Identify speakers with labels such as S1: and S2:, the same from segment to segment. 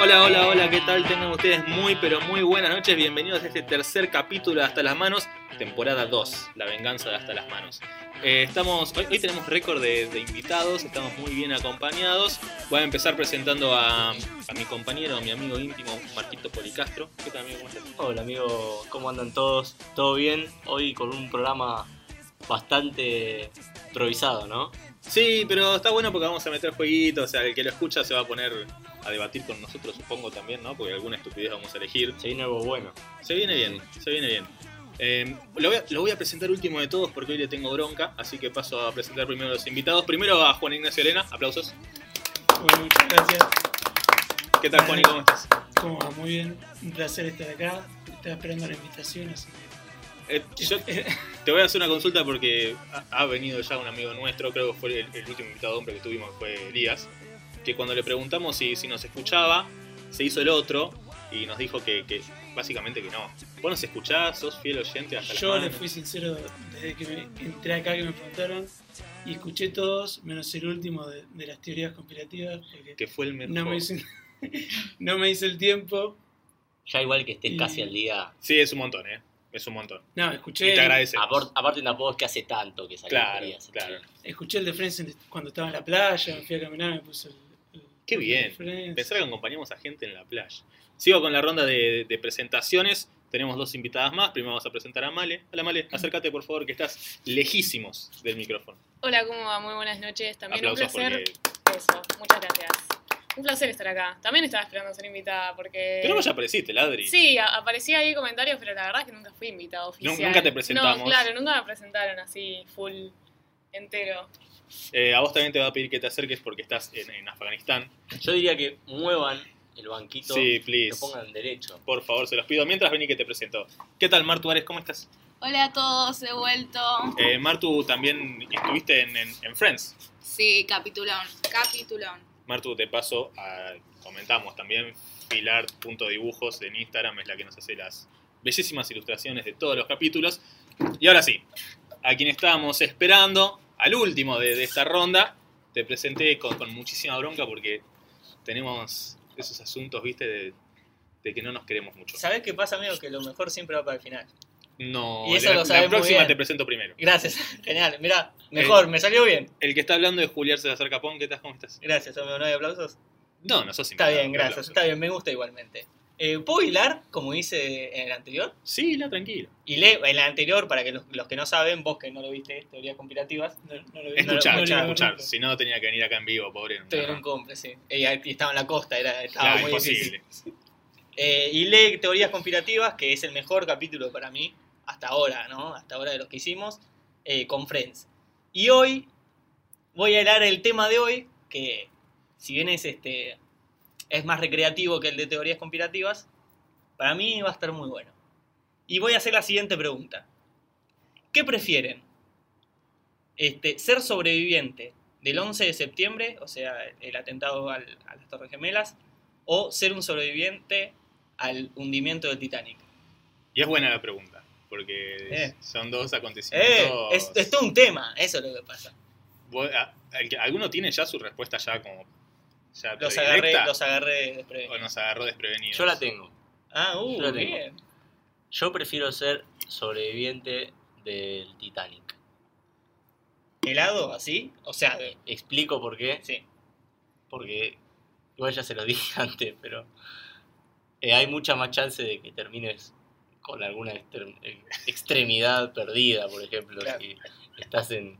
S1: Hola, hola, hola, ¿qué tal? Tengan ustedes muy, pero muy buenas noches. Bienvenidos a este tercer capítulo de Hasta las Manos, temporada 2, La venganza de Hasta las Manos. Eh, estamos, hoy, hoy tenemos récord de, de invitados, estamos muy bien acompañados. Voy a empezar presentando a, a mi compañero, a mi amigo íntimo, Marquito Policastro. ¿Qué tal, amigo? ¿Cómo estás?
S2: Hola amigos, ¿cómo andan todos? ¿Todo bien? Hoy con un programa bastante improvisado, ¿no?
S1: Sí, pero está bueno porque vamos a meter jueguitos, o sea, el que lo escucha se va a poner a debatir con nosotros, supongo también, ¿no? Porque alguna estupidez vamos a elegir.
S2: Se viene algo bueno.
S1: Se viene bien, se viene bien. Eh, lo, voy a, lo voy a presentar último de todos porque hoy le tengo bronca, así que paso a presentar primero a los invitados. Primero a Juan Ignacio Elena, aplausos.
S3: Bueno, muchas gracias.
S1: ¿Qué tal, Juan? y ¿Cómo estás?
S3: ¿Cómo va? Muy bien. Un placer estar acá. Estaba esperando la invitación, así que.
S1: Eh, yo te te voy a hacer una consulta porque ha, ha venido ya un amigo nuestro, creo que fue el, el último invitado hombre que tuvimos, que fue Elías, que cuando le preguntamos si, si nos escuchaba, se hizo el otro y nos dijo que, que básicamente que no. Vos nos escuchás, sos fiel oyente hasta las
S3: Yo
S1: manos.
S3: les fui sincero desde que me- entré acá que me preguntaron y escuché todos, menos el último de, de las teorías conspirativas, porque
S1: Que fue el mejor.
S3: no me, hice, no me hice el tiempo.
S2: Ya igual que estés
S3: Y-
S2: casi al día.
S1: Sí, es un montón, ¿eh? Es un montón.
S3: No,
S1: Y
S3: escuché,
S1: te agradecemos.
S2: apor- Aparte tampoco es que hace tanto que salió
S1: Claro,
S2: María, se
S1: claro.
S2: chica.
S3: escuché el de Friends en- cuando estaba en la playa, me fui a caminar, me puse el... el-
S1: Qué
S3: el
S1: bien.
S3: de Friends.
S1: Pensar que acompañamos a gente en la playa. Sigo con la ronda de, de presentaciones. Tenemos dos invitadas más. Primero vamos a presentar a Male. Hola Male, acércate por favor, que estás lejísimos del micrófono.
S4: Hola, ¿cómo va? Muy buenas noches. También
S1: Aplausos
S4: un placer.
S1: porque.
S4: Eso, muchas gracias. Un placer estar acá. También estaba esperando ser invitada porque.
S1: Pero vos ya apareciste, Ladri.
S4: eh, Sí, a- aparecía ahí comentarios, pero la verdad es que nunca fui invitada oficial.
S1: nunca te presentamos.
S4: No, claro, nunca me presentaron así, full, entero.
S1: Eh, a vos también te va a pedir que te acerques porque estás en, en Afganistán.
S2: Yo diría que muevan el banquito
S1: Sí,
S2: y
S1: please.
S2: lo pongan derecho.
S1: Por favor, se los pido. Mientras vení que te presento. ¿Qué tal, Martu Ares? ¿Cómo estás?
S5: Hola a todos, he vuelto.
S1: Eh, Martu, también estuviste en, en- en Friends.
S5: Sí, capitulón, capitulón.
S1: Martu, te paso a. Comentamos también. Pilar.dibujos en Instagram es la que nos hace las bellísimas ilustraciones de todos los capítulos. Y ahora sí, a quien estábamos esperando, al último de, de esta ronda, te presenté con, con muchísima bronca porque tenemos esos asuntos, viste, de, de que no nos queremos mucho.
S6: ¿Sabés qué pasa, amigo? Que lo mejor siempre va para el final.
S1: No,
S6: Y eso
S1: la,
S6: lo
S1: la
S6: sabes muy
S1: próxima
S6: bien.
S1: te presento primero.
S6: Gracias, genial. Mirá, mejor, me salió bien.
S1: El que está hablando es Julián César Capón, ¿qué tal? ¿Cómo estás?
S6: Gracias, amigo. ¿No hay aplausos?
S1: No, no sos
S6: Está
S1: invitado,
S6: bien,
S1: no
S6: gracias.
S1: aplausos.
S6: Está bien, me gusta igualmente. Eh, ¿Puedo hilar, como hice en el anterior?
S1: Sí, la tranquilo.
S6: Hilé en el anterior, para que los, los que no saben, vos que no lo viste, teorías conspirativas,
S3: No, no lo vi.
S1: Escuchar,
S3: No lo- no lo-
S1: escuchar. Si no, tenía que venir acá en vivo, pobre. no.
S6: estoy en un compre, sí. Eh, y estaba en la costa, era, estaba
S1: Claro,
S6: muy difícil.
S1: imposible.
S6: Eh, hilé teorías conspirativas, que es el mejor capítulo para mí, hasta ahora, ¿no? Hasta ahora de los que hicimos, eh, con Friends. Y hoy voy a hilar el tema de hoy, que si bien es este es más recreativo que el de teorías conspirativas, para mí va a estar muy bueno. Y voy a hacer la siguiente pregunta. ¿Qué prefieren? Este, ¿Ser sobreviviente del 11 de septiembre, o sea, el atentado al- a las Torres Gemelas, o ser un sobreviviente al hundimiento del Titanic?
S1: Y es buena la pregunta, porque
S6: Eh.
S1: son dos
S6: Eh,
S1: acontecimientos.
S6: es, es todo un tema, eso es lo que pasa.
S1: Vos- a- el que- ¿Alguno tiene ya su respuesta ya como ya
S6: Los agarré,
S1: predilecta?
S6: los agarré desprevenidos.
S1: o nos agarró desprevenidos?
S2: Yo la tengo.
S6: Ah, uh,
S2: Yo la tengo.
S6: bien.
S2: Yo prefiero ser sobreviviente del Titanic.
S6: ¿Helado así? O sea, de-
S2: Explico por qué.
S6: sí.
S2: porque igual ya se lo dije antes, pero eh, hay mucha más chance de que termines con alguna extrem- eh, extremidad perdida, por ejemplo,
S6: Claro.
S2: si estás en...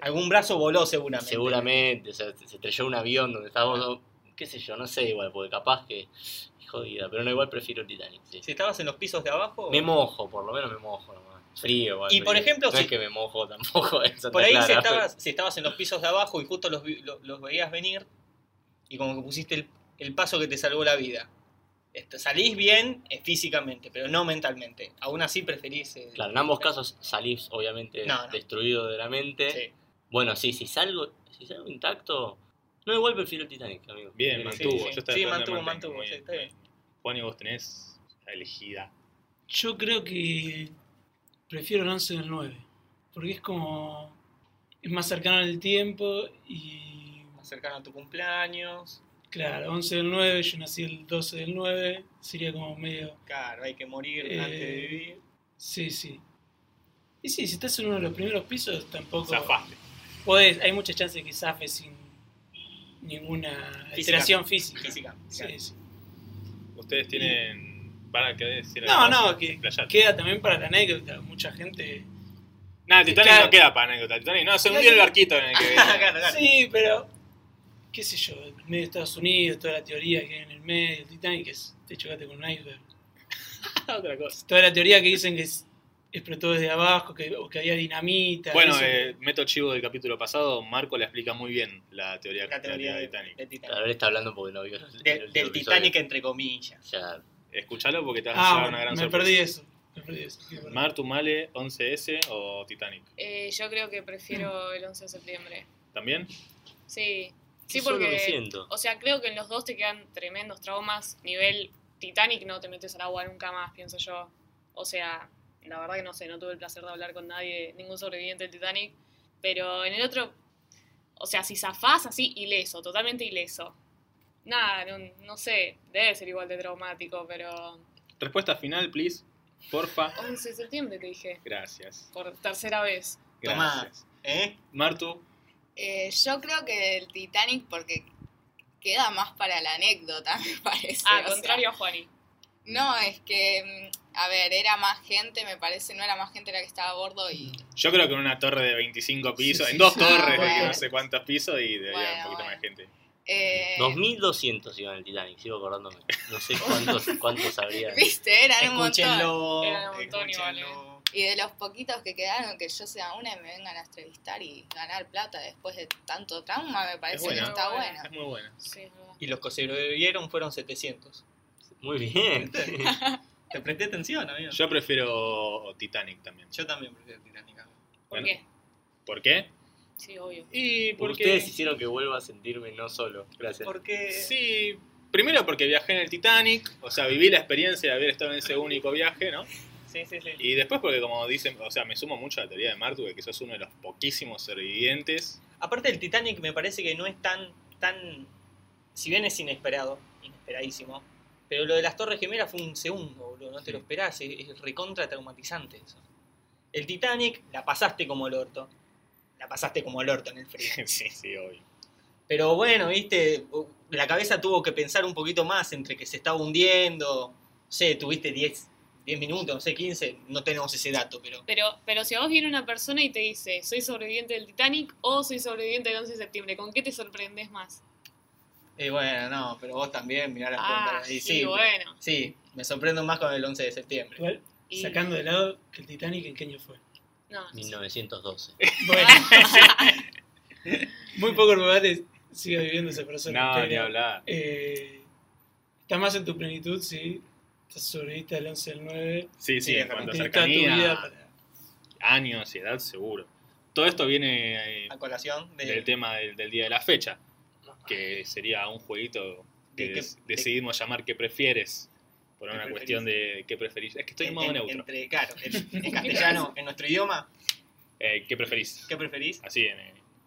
S6: Algún brazo voló seguramente.
S2: Seguramente, o sea, se se estrelló un avión donde estábamos, o- qué sé yo, no sé igual, porque capaz que es jodida, pero no igual prefiero el Titanic. sí.
S6: Si estabas en los pisos de abajo,
S2: Me mojo, por lo menos me mojo nomás. Frío, igual,
S6: Y, por
S2: frío.
S6: ejemplo,
S2: no
S6: si-
S2: es que me mojo tampoco en Santa
S6: por ahí
S2: Clara,
S6: si,
S2: pero-
S6: estabas, si estabas en los pisos de abajo y justo los, vi- lo- los veías venir y como que pusiste el, el paso que te salvó la vida. Este, salís bien eh, físicamente, pero no mentalmente. Aún así preferís... eh,
S2: Claro, en ambos casos eh, salís obviamente
S6: No, no.
S2: destruido de la mente.
S6: Sí.
S2: Bueno, sí, si salgo, si salgo intacto, no igual prefiero el Titanic, amigo. Eh,
S1: Bien,
S2: Pero
S1: mantuvo.
S6: sí.
S1: Yo estaba
S6: Sí,
S1: esperando
S6: mantuvo,
S1: que
S6: mantuvo,
S1: muy
S6: sí,
S1: bien,
S6: está
S1: muy
S6: bien.
S1: bien. Juan, y vos tenés la elegida.
S3: Yo creo que prefiero el 11 del 9, porque es como. es más cercano al tiempo y.
S6: Más cercano a tu cumpleaños.
S3: Claro, 11 del 9, yo nací el 12 del 9, sería como medio...
S6: Claro, hay que morir
S3: Eh,
S6: antes de vivir.
S3: Sí, sí. Y sí, si estás en uno de los primeros pisos, tampoco...
S1: Zafaste.
S3: Podés, hay muchas chances de que zafe sin ninguna alteración física.
S6: Física.
S3: Sí, sí.
S1: Ustedes tienen. ¿Van a querer decir
S3: No,
S1: algo más?
S3: no, que
S1: Explayate.
S3: queda también para la anécdota. Mucha gente.
S1: Nada, Titanic
S3: Claro.
S1: no queda para anécdota. Titanic no, se hundió el barquito en el que
S6: Claro, claro.
S3: Sí, pero. ¿Qué sé yo? En medio de Estados Unidos, toda la teoría que hay en el medio, el Titanic, es, te chocaste con un iceberg.
S1: Otra cosa.
S3: Toda la teoría que dicen que es- explotó desde abajo, que, o que había dinamita.
S1: Bueno,
S3: eso.
S1: eh, meto chivo del capítulo pasado. Marco la explica muy bien la teoría,
S6: La teoría
S1: de
S6: de-
S1: Titanic.
S6: del Titanic.
S2: Claro, él está hablando porque no vio el-
S6: De-
S2: el
S6: del
S2: episodio.
S6: Titanic entre comillas.
S2: Ya,
S1: Escuchalo porque te vas a
S3: ah,
S1: llevar
S3: bueno,
S1: una gran
S3: me
S1: sorpresa.
S3: perdí eso. Me perdí eso. qué verdad.
S1: Mar, Tumale, 11S o Titanic.
S4: Eh, yo creo que prefiero el 11 de septiembre.
S1: ¿También?
S4: Sí.
S2: eso
S4: Sí,
S2: es lo
S4: porque-
S2: que siento.
S4: O sea, creo que en los dos te quedan tremendos traumas. Nivel Titanic no te metes al agua nunca más, pienso yo. O sea, la verdad que no sé, no tuve el placer de hablar con nadie, ningún sobreviviente del Titanic. Pero en el otro, o sea, si zafás así, ileso, totalmente ileso. Nada, no, no sé, debe ser igual de traumático, pero...
S1: Respuesta final, please. Porfa.
S4: 11 de septiembre te dije,
S1: Gracias.
S4: por tercera vez.
S6: Tomá.
S1: Gracias.
S6: ¿Eh?
S1: Martu,
S5: Eh, yo creo que el Titanic porque queda más para la anécdota, me parece.
S4: Ah,
S5: o sea,
S4: contrario a Juani.
S5: no, es que, mm, a ver, era más gente, me parece, no era más gente la que estaba a bordo y...
S1: yo creo que en una torre de 25 pisos,
S3: Sí,
S1: en dos
S5: sí.
S1: torres
S5: Ah,
S1: de
S5: bueno.
S1: no sé cuántos pisos y debería haber un
S5: Bueno,
S1: poquito más
S5: bueno.
S1: de gente.
S5: eh,
S2: 2200 iban el Titanic, sigo acordándome. No sé cuántos, cuántos habría.
S5: Viste, eran un montón.
S6: Escúchenlo.
S4: Era un montón, ¿eh?
S6: escúchenlo.
S5: Y de los poquitos que quedaron, que yo sea una y me vengan a entrevistar y ganar plata después de tanto trauma, me parece
S1: buena.
S5: que está
S4: Muy buena.
S5: bueno.
S1: Es muy buena.
S4: Sí, es verdad.
S6: Y los que sobrevivieron fueron 700.
S2: Muy bien.
S6: Te presté atención, amigo. Yo,
S1: Yo prefiero Titanic también.
S6: también prefiero Titanic. amigo.
S4: ¿Por
S1: Bueno.
S4: qué?
S1: ¿Por qué?
S4: Sí, obvio.
S1: Y porque.
S2: Ustedes hicieron que vuelva a sentirme no solo. Gracias.
S6: Porque
S1: Sí, primero porque viajé en el Titanic, o sea, viví la experiencia de haber estado en ese único viaje, ¿no?
S6: Sí, sí, sí.
S1: Y después porque como dicen, o sea, me sumo mucho a la teoría de Martu, de que sos uno de los poquísimos sobrevivientes.
S6: Aparte el Titanic me parece que no es tan, tan, si bien es inesperado, inesperadísimo, pero lo de las Torres Gemelas fue un segundo, boludo, no te lo esperás, es, es recontra traumatizante eso. El Titanic la pasaste como el orto, la pasaste como el orto en el frío.
S1: sí, sí, obvio.
S6: Pero bueno, viste, la cabeza tuvo que pensar un poquito más entre que se estaba hundiendo, no sé, tuviste 10, 10 minutos, no sé, 15, no tenemos ese dato, pero...
S4: Pero, pero si a vos viene una persona y te dice, soy sobreviviente del Titanic o soy sobreviviente del 11 de septiembre, ¿con qué te sorprendes más?
S6: Eh, bueno, no, pero vos también, mirá la
S4: Ah,
S6: pregunta.
S4: sí,
S6: Y sí,
S4: bueno.
S6: Sí, me sorprendo más con el 11 de septiembre.
S3: Igual,
S4: Y-
S3: sacando de lado que el Titanic en qué año fue.
S4: No, no sé.
S2: 1912.
S3: Bueno, muy pocos lugares sigue viviendo esa persona.
S1: No,
S3: pero,
S1: ni hablar.
S3: eh, está más en tu plenitud, sí. Estás sobreviviste al 11 al 9.
S1: Sí, sí,
S6: Sí,
S1: en cuanto a
S3: tenés toda tu vida
S1: cercanía,
S3: para-
S1: años y edad, seguro. Todo esto viene eh,
S6: A colación de,
S1: del tema del, del día de la fecha, que sería un jueguito que
S6: de que-
S1: des-
S6: de-
S1: decidimos llamar ¿Qué prefieres? Por
S6: ¿Qué
S1: una
S6: preferís?
S1: cuestión de qué preferís. Es que estoy en
S6: en-
S1: modo
S6: en-
S1: neutro.
S6: Entre, claro, en, en castellano, en nuestro idioma,
S1: Eh, ¿Qué preferís?
S6: ¿qué preferís?
S1: Así, en,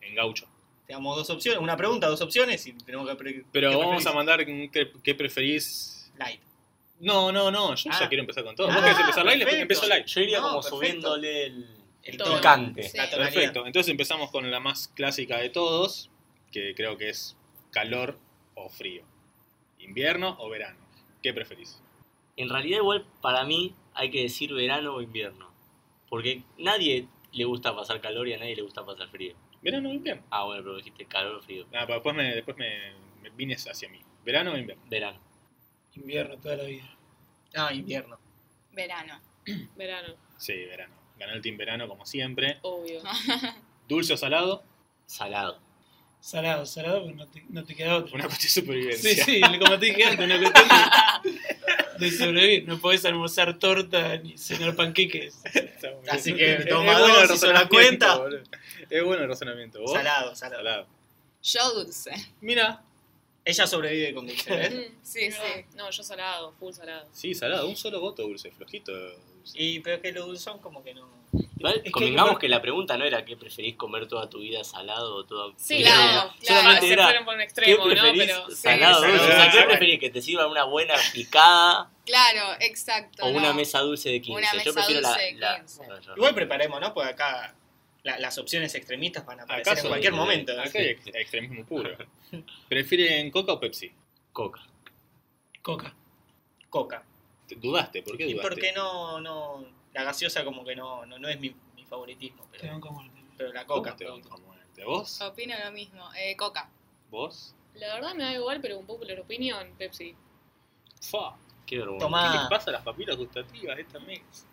S1: en gaucho.
S6: Te damos dos opciones, una pregunta, dos opciones y tenemos que... pre-
S1: Pero
S6: ¿qué
S1: vamos
S6: preferís?
S1: a mandar un qué, qué preferís.
S6: Light.
S1: No, no, no, yo ya
S6: Ah.
S1: quiero empezar con todo.
S6: Ah,
S1: Vos querés empezar live,
S6: perfecto.
S1: empiezo live.
S2: Yo iría
S6: No,
S2: como
S6: perfecto.
S2: subiéndole el,
S6: El
S4: Todo.
S2: picante.
S5: Sí.
S6: La tonalidad.
S1: Perfecto, entonces empezamos con la más clásica de todos, que creo que es calor o frío. Invierno o verano. ¿Qué preferís?
S2: En realidad igual para mí hay que decir verano o invierno. Porque nadie le gusta pasar calor y a nadie le gusta pasar frío.
S1: ¿Verano o invierno?
S2: Ah, bueno, pero dijiste calor o frío.
S1: Ah, pero después me, después me, me vines hacia mí. ¿Verano o invierno?
S2: Verano.
S3: Invierno toda la vida.
S6: Ah, invierno.
S5: Verano.
S4: Verano,
S1: Sí, verano. Ganó el team verano como siempre.
S4: obvio.
S1: ¿Dulce o salado?
S2: Salado.
S3: Salado, salado, pero no te, no te queda otro.
S1: Una cuestión de supervivencia.
S3: Sí, sí, como te dije antes, una cuestión de, de sobrevivir. No podés almorzar torta ni cenar panqueques.
S1: Está muy
S6: Así
S1: bien.
S6: que
S1: Es-
S6: toma
S1: es bueno
S6: dos,
S1: el
S6: hizo la
S1: razonamiento,
S6: cuenta.
S1: boludo. Es bueno el razonamiento. ¿Vos?
S6: Salado, salado.
S1: Salado.
S5: Yo dulce.
S1: Mira.
S6: Ella sobrevive con dulce, ¿eh? ¿ves?
S4: Mm,
S5: Sí,
S4: es
S5: sí.
S4: verdad. No, yo salado, full salado.
S1: Sí, salado. Un solo voto dulce, flojito. dulce.
S6: Y pero es que lo dulzón como que no...
S2: Igual,
S3: que
S2: convengamos
S3: hay que-
S2: que la pregunta no era qué preferís comer toda tu vida salado o toda
S4: Sí,
S2: tu vida
S4: claro,
S2: dulce.
S4: claro,
S2: Solamente
S4: se
S2: era,
S4: fueron por un
S2: ¿Qué
S4: extremo, ¿no?
S2: preferís?
S4: Pero sí,
S2: salado,
S1: sí,
S2: dulce.
S1: sí,
S2: O sea, ¿qué
S1: sí.
S2: preferís? ¿Que te sirva una buena picada
S5: Claro, exacto.
S2: o una
S5: no.
S2: mesa dulce de 15?
S5: Una mesa
S2: Yo prefiero la-
S5: dulce de
S2: la.
S5: 15.
S2: no, yo-
S6: Igual preparemos, ¿no? Porque acá la- las opciones extremistas van a aparecer
S1: son-
S6: en cualquier
S2: eh,
S6: momento.
S1: Acá hay ex- extremismo puro. ¿Prefieren Coca o Pepsi?
S2: Coca.
S3: Coca.
S6: Coca.
S1: Te- ¿Dudaste? ¿Por qué
S6: Y
S1: dudaste?
S6: porque no, no, la gaseosa como que no, no, no es mi, mi favoritismo,
S3: Te
S6: pero,
S3: van como el-
S6: pero la
S1: ¿Cómo
S6: coca. Ah.
S1: te van como este? ¿Vos?
S5: Opino lo mismo. Eh, coca.
S1: ¿Vos?
S4: La verdad me da igual, pero un popular opinion, Pepsi.
S1: Fa.
S2: Qué vergüenza.
S1: ¿Qué les
S6: Tomá,
S1: pasa a las papilas gustativas de esta mix?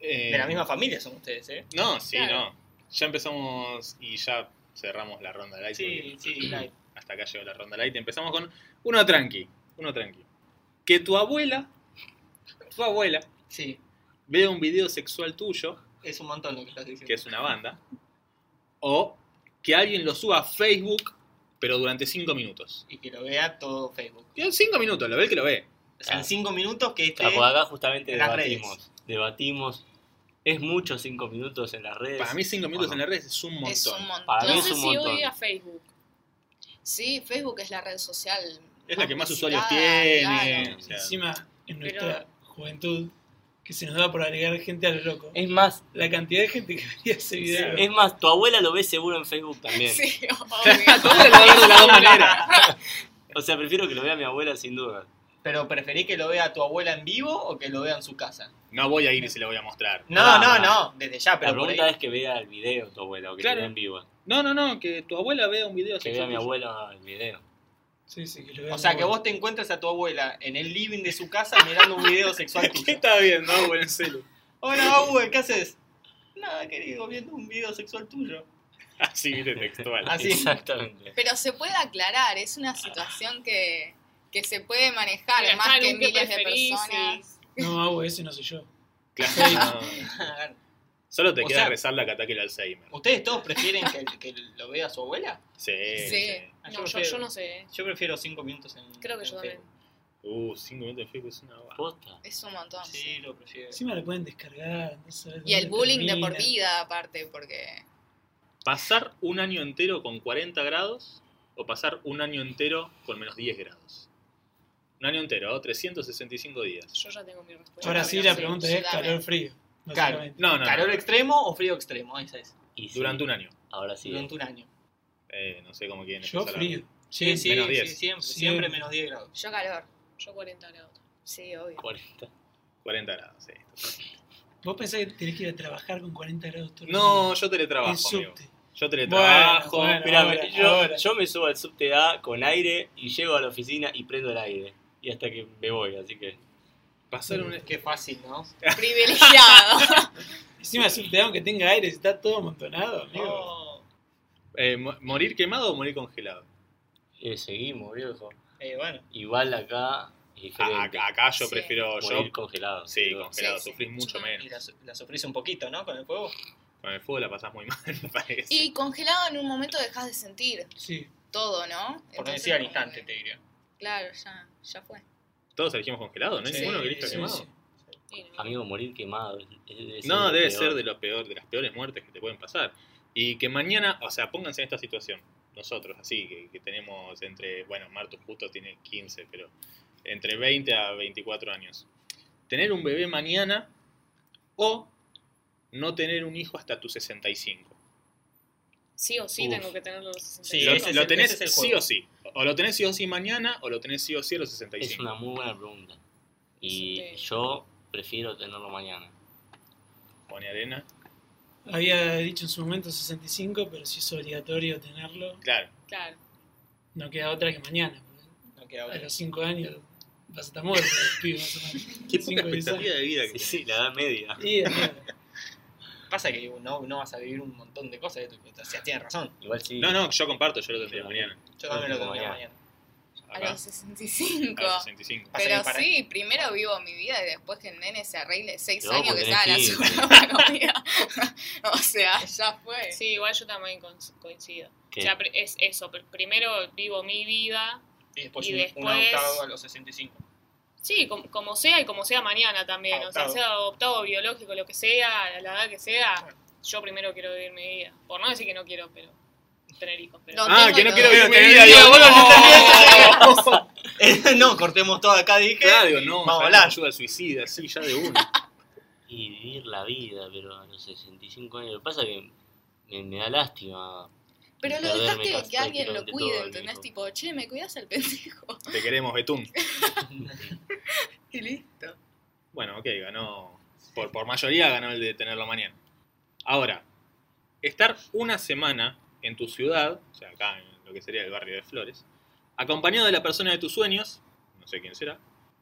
S1: Eh,
S6: de la misma familia son ustedes, ¿eh?
S1: No, sí,
S4: Claro.
S1: no. Ya empezamos y ya cerramos la ronda light. porque
S6: sí, light.
S1: Hasta acá llegó la ronda light. Empezamos con uno tranqui. Uno tranqui. Que tu abuela, tu abuela,
S6: Sí,
S1: vea un video sexual tuyo,
S6: es un montón lo que estás diciendo.
S1: que es una banda, o que alguien lo suba a Facebook, pero durante cinco minutos.
S6: Y que lo vea todo Facebook.
S1: Que Cinco minutos, lo ve el que lo ve.
S6: O sea,
S2: Ah.
S6: en cinco minutos que
S1: eh,
S6: este...
S2: Ah, pues acá justamente
S6: En las
S2: debatimos. Debatimos. Es mucho cinco minutos en las redes.
S1: Para mí cinco minutos
S2: Bueno.
S1: en la red es un montón.
S5: Es un montón.
S2: Para mí
S4: no
S2: es
S4: sé
S2: un
S4: si
S2: montón.
S4: hoy a Facebook.
S5: Sí, Facebook es la red social.
S1: Es la que más usuarios
S5: visitada,
S1: tiene.
S5: claro.
S1: o sea,
S3: Encima, en nuestra juventud, que se nos da por agregar gente a lo loco.
S2: Es más,
S3: La cantidad de gente que veía ese video.
S2: es más, tu abuela lo ve seguro en Facebook también.
S5: Sí,
S1: Todo
S5: obvio.
S1: lo va a ver de las dos maneras.
S2: O sea, prefiero que lo vea mi abuela sin duda.
S6: Pero preferís que lo vea tu abuela en vivo o que lo vea en su casa.
S1: No voy a ir y se la voy a mostrar.
S6: No,
S2: Ah.
S6: no, no, desde ya,
S2: La
S6: pero por
S2: pregunta
S6: ahí.
S2: es que vea el video tu abuela o que
S1: Claro.
S2: te vea en vivo.
S1: No, no, no, que tu abuela vea un video
S2: Que vea mi
S1: tuyo.
S2: abuela el video.
S3: Sí, sí, que lo vean
S6: O sea,
S3: muy
S6: que
S3: bueno.
S6: vos te encuentres a tu abuela en el living de su casa mirando un video sexual
S1: ¿Qué
S6: tuyo.
S1: está viendo, abuela, en celu?
S6: Hola, Abuel, ¿qué haces? Nada, querido, viendo un video sexual tuyo.
S1: Así, viste, textual.
S6: Ah, sí.
S2: Exactamente.
S5: Pero se puede aclarar, es una situación que, que se puede manejar
S4: Mira,
S5: más
S4: está en
S5: que
S4: un qué
S5: miles de
S4: preferís y-
S5: personas.
S3: No, hago ese no soy yo.
S1: Claro. no. Solo te
S6: O
S1: queda
S6: sea-
S1: rezar la que ataque el Alzheimer.
S6: ¿Ustedes todos prefieren que, que lo vea su abuela?
S1: Sí, sí.
S5: Sí.
S6: Ah,
S4: No, yo,
S6: prefiero-
S4: yo no sé. eh.
S6: Yo prefiero cinco minutos en.
S4: Creo que
S6: en
S4: yo
S6: Facebook.
S1: Uh, cinco minutos de Facebook es una baja.
S2: Posta.
S5: Es un montón.
S6: Sí, lo prefiero.
S3: Encima lo pueden descargar. no sabes
S5: Y el
S3: dónde
S5: bullying de
S3: termina.
S5: por vida, aparte, porque
S1: ¿Pasar un año entero con 40 grados o pasar un año entero con menos 10 grados? Un año entero, ¿oh? 365 días.
S4: Yo ya tengo mi respuesta.
S3: Ahora
S4: pero
S3: sí, la
S5: Sí,
S3: pregunta
S5: yo
S3: es
S5: también.
S3: calor frío.
S6: Claro.
S3: básicamente.
S1: No, no,
S6: ¿Calor
S1: no.
S6: extremo o frío extremo? Esa es.
S2: Y sí,
S1: Durante un año.
S2: Ahora sí.
S6: Durante un año.
S1: Eh, no sé cómo quieren
S3: Yo
S1: empezar a-
S3: frío.
S6: Sí, sí,
S1: menos
S6: sí,
S1: 10.
S6: siempre,
S3: Sí.
S6: siempre menos 10 grados.
S5: yo calor.
S4: Yo 40 grados.
S5: Sí, obvio.
S2: 40.
S1: 40 grados, sí.
S3: ¿Vos pensás que tenés que ir a trabajar con 40 grados todo el
S1: No,
S3: día?
S1: yo
S3: En
S1: teletrabajo, amigo.
S3: subte.
S1: Yo teletrabajo.
S3: Bueno, bueno.
S2: Mira,
S3: ahora,
S2: yo,
S3: ahora.
S2: yo me subo al subte A con aire y llego a la oficina y prendo el aire. Y hasta que me voy, así que.
S1: Pasar un...
S6: Qué fácil, ¿no?
S5: Privilegiado.
S3: Encima es un pedazo que tenga aire, está todo amontonado, amigo.
S6: No.
S1: Eh, mo- ¿Morir quemado o morir congelado?
S2: Eh, seguimos, viejo.
S6: Eh, bueno,
S2: Igual acá. es
S1: Ah,
S2: diferente.
S1: Acá, acá yo
S5: Sí.
S1: prefiero...
S2: Morir
S1: Yo,
S2: congelado.
S1: sí,
S2: sin duda.
S1: congelado.
S5: Sí, sí.
S1: Sufrís mucho
S5: Yo
S1: menos.
S6: y la, su- la sufrís un poquito, ¿no? Con el fuego.
S1: Con el fuego la pasás muy mal, me parece.
S5: Y congelado en un momento dejas de sentir
S3: Sí.
S5: todo, ¿no?
S6: Por no eh.
S5: Entonces,
S6: decir al
S5: como
S6: instante,
S5: que-
S6: te diría.
S5: Claro, ya, ya fue.
S1: Todos elegimos congelado, ¿no? hay
S6: Sí,
S1: ninguno que elija
S3: sí,
S1: quemado.
S3: sí.
S4: Sí, no.
S2: Amigo, morir quemado. es- es-
S1: No,
S2: lo
S1: debe
S2: peor.
S1: ser de lo peor, de las peores muertes que te pueden pasar. Y que mañana, o sea, pónganse en esta situación, nosotros, así, que, que tenemos entre, bueno, Martu justo tiene 15, pero entre 20 a 24 años. Tener un bebé mañana o no tener un hijo hasta tus 65.
S4: Sí o sí
S2: Uf.
S4: tengo que tener los 65.
S6: Sí,
S1: lo,
S6: ese es
S1: lo
S6: el-
S1: tenés
S6: ese es el
S1: sí
S6: juego.
S1: o sí. O lo tenés sí o sí mañana o lo tenés sí o sí a los
S2: Es
S1: 65.
S2: una muy buena pregunta. Y
S4: Es un tema.
S2: yo prefiero tenerlo mañana.
S1: Pone arena.
S3: Había dicho en su momento 65, pero si es obligatorio tenerlo,
S1: Claro.
S4: Claro.
S3: no queda otra que mañana.
S6: No queda
S3: A
S6: otra.
S3: los 5 años vas a estar muerto, el pibe, más o menos.
S1: Qué
S3: Cinco, diez años.
S1: de vida
S2: Sí, sí, la edad media.
S3: Y, eh, amigo,
S6: Pasa que no, no vas a vivir un montón de cosas. de tu- O sea, tienes razón.
S2: Igual sí.
S1: No, no, yo comparto, yo lo tendría
S2: Yo
S1: mañana.
S6: Yo también lo
S2: Como
S6: tendría
S2: mañana.
S6: mañana.
S5: A
S1: Acá,
S5: los 65.
S1: a los 65.
S6: Pasa que
S5: Pero
S6: para-
S5: sí, primero vivo mi vida y después que el nene se arregle seis
S2: Pero vos
S5: años que se
S2: tenés
S5: haga la
S2: 15.
S5: sola para comida. o sea, ya fue.
S4: Sí, igual yo también cons- coincido.
S2: ¿Qué?
S4: O sea, pr- es eso. pr- Primero vivo mi vida.
S6: Y después
S4: Y
S6: un, un
S4: después-
S6: octavo a los 65.
S4: Sí, com- como, sea y como sea mañana también. O
S6: Adoptado.
S4: sea, sea adoptado, biológico, lo que sea, a la edad que sea, yo primero quiero vivir mi vida. Por no decir que no quiero, pero tener hijos. Pero...
S5: No.
S1: Ah,
S5: tengo
S1: que no
S5: todo.
S1: quiero vivir mi
S6: Pero
S1: vida.
S6: tenía-
S1: Digo, vos
S6: no.
S1: no entendés.
S6: no, cortemos todo acá, dije.
S1: Claro, digo, no,
S6: Vamos a
S1: vamos
S6: hablar.
S1: ayuda al suicida, sí, ya de una.
S2: Y vivir la vida, pero a los 65 años. Lo que pasa es que me, me da lástima.
S5: Pero lo
S2: Perderme
S5: dejaste de
S2: casi
S5: que alguien lo
S2: prácticamente
S5: cuide,
S2: todo,
S5: ¿entendés?
S2: dijo.
S5: Tipo, che, me cuidas el pendejo.
S1: Te queremos, Betún.
S5: Y listo.
S1: Bueno, ok, ganó. Por, por mayoría ganó el de tenerlo mañana. Ahora, estar una semana en tu ciudad, o sea, acá en lo que sería el barrio de Flores, acompañado de la persona de tus sueños, no sé quién será,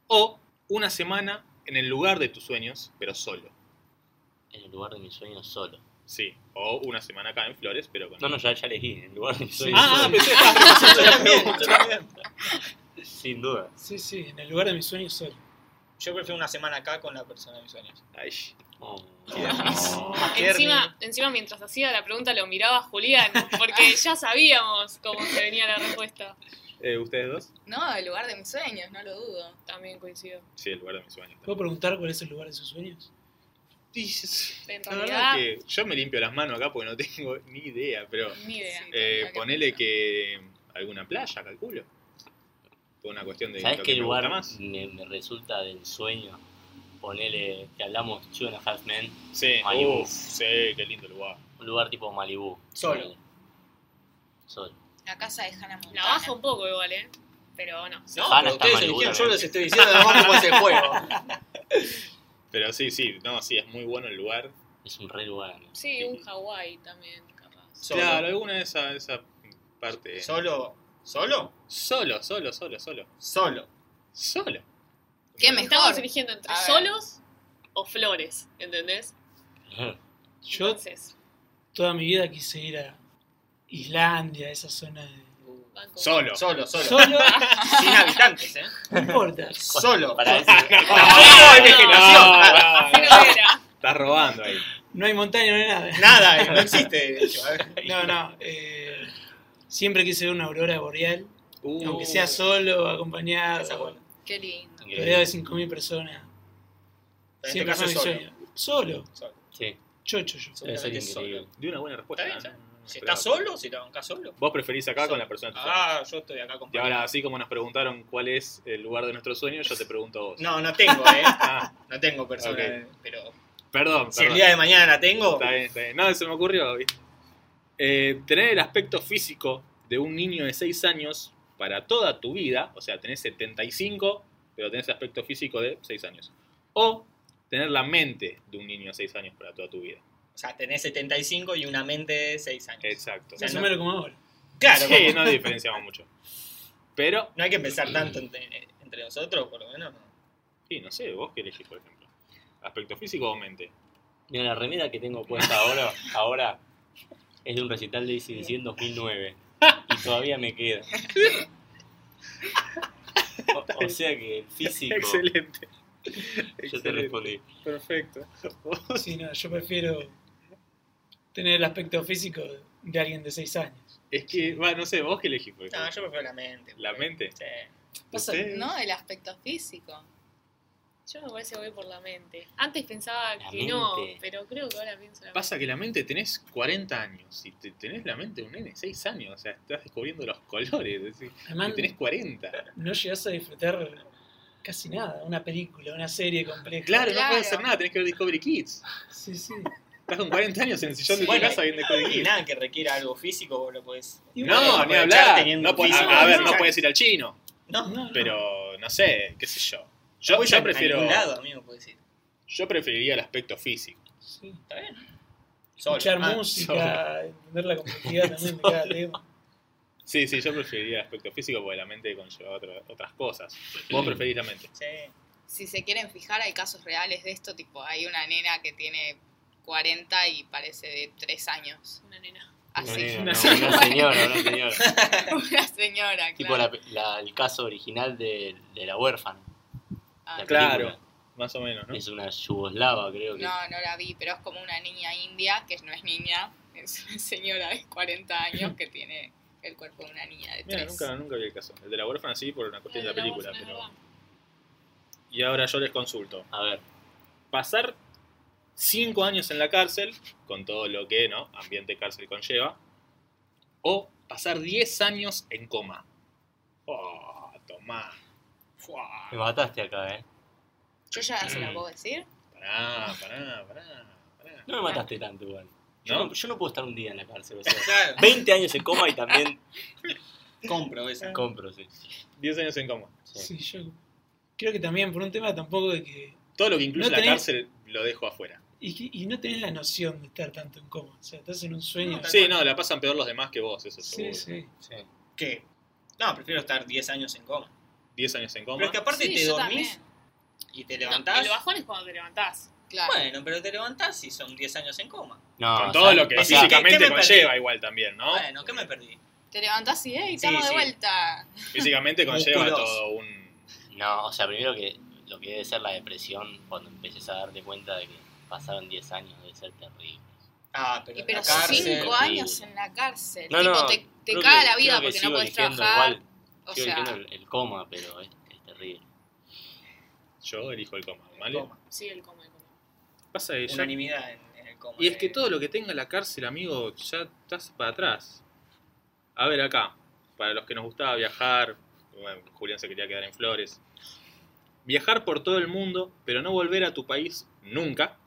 S1: o una semana en el lugar de tus sueños, pero solo.
S2: En el lugar de mis sueños solo.
S1: Sí, o una semana acá en Flores, pero con.
S2: No, no, ya, ya elegí. En el lugar de mis sueños
S1: Ah,
S2: solo.
S1: pensé que estabas repasando la pregunta.
S2: Sin duda.
S3: Sí, sí, en el lugar de mis sueños solo.
S6: Yo prefiero una semana acá con la persona de mis sueños.
S1: Ay,
S2: Oh.
S4: Ah, Encima, encima, mientras hacía la pregunta, lo miraba Julián, porque ya sabíamos cómo se venía la respuesta.
S1: eh, ¿Ustedes dos?
S5: No, el lugar de mis sueños, no lo dudo.
S4: También coincido.
S1: Sí, el lugar de mis sueños.
S3: ¿Puedo preguntar cuál es el lugar de sus sueños?
S1: Dices-
S4: En
S1: La verdad
S4: realidad,
S6: Ah.
S1: que yo me limpio las manos acá porque no tengo ni idea, pero
S4: ni idea.
S5: Sí.
S1: eh,
S5: acá
S1: ponele
S5: pasa.
S1: que alguna playa, calculo. Por una cuestión de
S2: ¿Sabes
S1: lo
S2: qué
S1: que me gusta
S2: lugar
S1: más.
S2: me, me resulta del sueño? Ponele, que hablamos Two and a Half Men,
S1: Sí,
S2: Malibu.
S1: uf, sí, qué lindo lugar.
S2: un lugar tipo Malibú.
S6: Solo.
S2: Ponele. Solo.
S5: La casa de Hannah Montana.
S4: La baja un poco igual, ¿eh? Pero no.
S6: No,
S2: Van
S6: pero
S2: hasta
S6: ustedes
S2: Malibu
S6: eligieron, yo
S2: también.
S6: les estoy diciendo de cómo es el juego.
S1: Pero sí, sí, no, sí, es muy bueno el lugar.
S2: Es un re lugar. amigo.
S4: Sí, un Hawái también, capaz.
S6: Solo. Eh,
S1: Claro, alguna de esa, esa parte.
S6: ¿Solo? ¿Solo?
S1: Solo, solo, solo, solo.
S6: Solo.
S1: Solo.
S5: ¿Qué mejor?
S4: Estamos eligiendo entre
S5: A ver.
S4: solos o flores, ¿entendés?
S3: Yo
S4: Entonces,
S3: toda mi vida quise ir a Islandia, esa zona de...
S4: banco.
S1: Solo.
S6: Solo, solo.
S3: Solo,
S6: Sin habitantes, ¿eh?
S3: no importa.
S6: Solo.
S2: Para eso.
S6: Tampoco es degeneración. Nada,
S1: Ah,
S4: Pero era.
S1: Estás robando ahí.
S3: No hay montaña, no hay nada.
S6: Nada, eh, no existe. de hecho, a ver.
S3: No, no. eh, siempre quise ver una aurora boreal,
S1: Uh,
S3: aunque sea solo, acompañado,
S6: Esa buena.
S5: Qué lindo.
S3: rodeado de
S2: Increíble.
S3: 5.000 personas.
S6: Pero en este
S3: siempre
S6: caso
S3: fue
S6: es
S3: mi
S6: solo.
S3: sueño. Solo,
S6: Solo.
S2: Sí,
S3: chocho yo.
S2: debe ser
S6: Seguramente
S2: increíble.
S6: solo.
S1: De una buena respuesta.
S6: Está bien,
S1: ¿eh? No, no, no,
S6: Si
S1: esperaba.
S6: está solo, si la bancás solo.
S1: Vos preferís acá
S6: Solo.
S1: con la persona de tu sueño.
S6: Ah, yo estoy acá con
S1: Y ahora, así como nos preguntaron cuál es el lugar de nuestro sueño, yo te pregunto a vos.
S6: No, no tengo, ¿eh?
S1: Ah,
S6: No tengo persona.
S1: Ok.
S6: eh, Pero
S1: perdón,
S6: si el
S1: perdón.
S6: día de mañana la tengo,
S1: Está bien, está bien. No, se me ocurrió, ¿viste? Eh, tener el aspecto físico de un niño de 6 años para toda tu vida, o sea, tenés 75, pero tenés el aspecto físico de 6 años. O tener la mente de un niño de 6 años para toda tu vida.
S6: o sea, tenés 75 y una mente de 6 años.
S1: Exacto.
S6: sea,
S3: Más o
S6: no-
S3: menos como ahora.
S6: Claro, como-
S1: Sí, no diferenciamos mucho. Pero,
S6: no hay que empezar tanto entre, entre nosotros, por lo menos.
S1: sí, no sé, vos qué elegís, por ejemplo. ¿Aspecto físico o mente?
S2: Mira, la remera que tengo puesta ahora, ahora es de un recital de ICDC en 2009. Y todavía me queda. O, o sea que el físico.
S1: Excelente.
S2: Yo te respondí.
S1: Perfecto.
S3: Sí, no, yo prefiero tener el aspecto físico de alguien de 6 años.
S1: Es que, va, no sé, vos qué elegís. por
S6: No,
S1: ejemplo?
S6: yo prefiero la mente.
S1: La mente.
S6: Sí.
S5: Pasa-
S1: ¿Ustedes?
S5: no, el aspecto físico.
S4: Yo me parece que voy por la mente. Antes pensaba
S2: La
S4: que no,
S2: mente.
S4: pero creo que ahora pienso la
S1: Pasa que la mente tenés 40 años y te- tenés la mente de un nene, 6 años, o sea, estás descubriendo los colores, es decir,
S3: Además,
S1: y tenés 40.
S3: no llegas a disfrutar casi nada. Una película, una serie compleja.
S1: Claro, no
S5: Claro.
S1: puedes hacer nada, tenés que ver Discovery Kids.
S3: Sí, sí.
S1: Estás con 40 años en el sillón de tu
S6: Bueno,
S1: casa viendo Discovery
S6: Y
S1: Kids.
S6: nada que requiera algo físico, vos lo podés.
S3: Y
S1: No,
S6: bueno,
S1: ni
S6: aprovechar
S1: hablar.
S6: teniendo
S1: No po-
S6: un físico.
S1: a, a ver, no
S6: Exacto.
S1: puedes ir al chino,
S6: No,
S3: No, no.
S1: pero no sé, qué sé yo. Yo,
S6: voy
S1: yo
S6: a- a
S1: prefiero.
S6: ningún lado, amigo, puedes ir.
S1: Yo preferiría el aspecto físico.
S3: Sí.
S6: Solo.
S3: Escuchar
S6: Ah,
S3: música, entender la complejidad también de cada tema.
S1: Sí, sí, yo preferiría el aspecto físico porque la mente conlleva otra- otras cosas.
S6: Mm.
S1: Vos preferís la mente.
S6: Sí.
S5: Si se quieren fijar, hay casos reales de esto. Tipo, hay una nena que tiene 40 y parece de 3 años.
S4: Una nena.
S5: Así.
S2: No, no, no, Ah, una señora, una señora.
S5: Una señora,
S2: Tipo
S5: claro.
S2: la- la- el caso original de, de la huérfana.
S5: Ah,
S2: la
S1: Claro.
S2: película.
S1: Más o menos, ¿no?
S2: Es una yugoslava, creo que.
S5: No, no la vi, pero es como una niña india, que no es niña, es una señora de 40 años que tiene el cuerpo de una niña de
S1: Mira,
S5: 3.
S1: nunca, nunca vi el caso. El de la huérfana sí, por una cuestión de la película, pero. y ahora yo les consulto.
S2: A ver,
S1: Pasar cinco años en la cárcel, con todo lo que ¿no? ambiente cárcel conlleva, o pasar 10 años en coma. Oh, tomá. Fuá.
S2: me mataste acá, ¿eh?
S5: Yo ya se
S2: Mm.
S5: la puedo decir.
S1: Pará, pará, pará. pará.
S2: No me mataste tanto igual. Yo
S1: ¿No?
S2: no, yo no puedo estar un día en la cárcel. O sea,
S6: Claro,
S2: 20 años en coma y también
S6: compro esa.
S2: compro, sí.
S1: 10 años en coma.
S3: Sí, yo creo que también por un tema tampoco de que...
S1: Todo lo que incluye
S3: No
S1: la
S3: tenés-
S1: cárcel lo dejo afuera.
S3: Y, que- y no tenés la noción de estar tanto en coma. O sea, estás en un sueño.
S6: No,
S1: Sí, no, la pasan peor los demás que vos, eso seguro.
S3: Sí, sí.
S2: sí.
S6: ¿Qué? No, prefiero estar 10 años en coma.
S1: 10 años en
S6: Pero
S1: coma.
S6: es que aparte
S5: Sí,
S6: te
S5: yo
S6: dormís
S5: también.
S6: y te
S4: No,
S6: levantás.
S4: el bajón es cuando te levantás.
S5: Claro.
S6: bueno, pero te levantás y son 10 años en coma.
S2: No,
S1: Con
S2: Ah, o
S1: todo
S2: sea,
S1: lo que
S2: o sea,
S1: físicamente
S6: ¿qué- qué me
S1: conlleva igual también, ¿no?
S6: Bueno, ¿qué me perdí?
S5: Te levantás y, hey,
S6: Sí,
S5: estamos
S6: sí.
S5: de vuelta.
S1: Físicamente conlleva
S6: Musculoso.
S1: todo un...
S2: No, o sea, primero que lo que debe ser la depresión cuando empieces a darte cuenta de que pasaron 10 años debe ser terrible.
S6: Ah, pero,
S5: Y
S6: en
S5: pero
S6: la cárcel.
S5: cinco años en la cárcel.
S2: No,
S5: tipo,
S2: no,
S5: te, te
S2: creo
S5: caga
S2: que-
S5: la vida
S2: creo que
S5: porque no
S2: sigo
S5: podés
S2: eligiendo
S5: trabajar.
S2: igual,
S5: o
S2: sigo eligiendo
S5: sea,
S2: el, el coma, pero es, es terrible.
S1: Yo elijo el coma, ¿vale?
S6: Coma.
S4: Sí, el coma, el coma.
S1: Pasa que ya-
S6: Unanimidad en, en el coma.
S1: Y es que
S6: de-
S1: todo lo que tenga la cárcel, amigo, ya estás para atrás. A ver acá, para los que nos gustaba viajar, bueno, Julián se quería quedar en Flores. Viajar por todo el mundo, pero no volver a tu país nunca.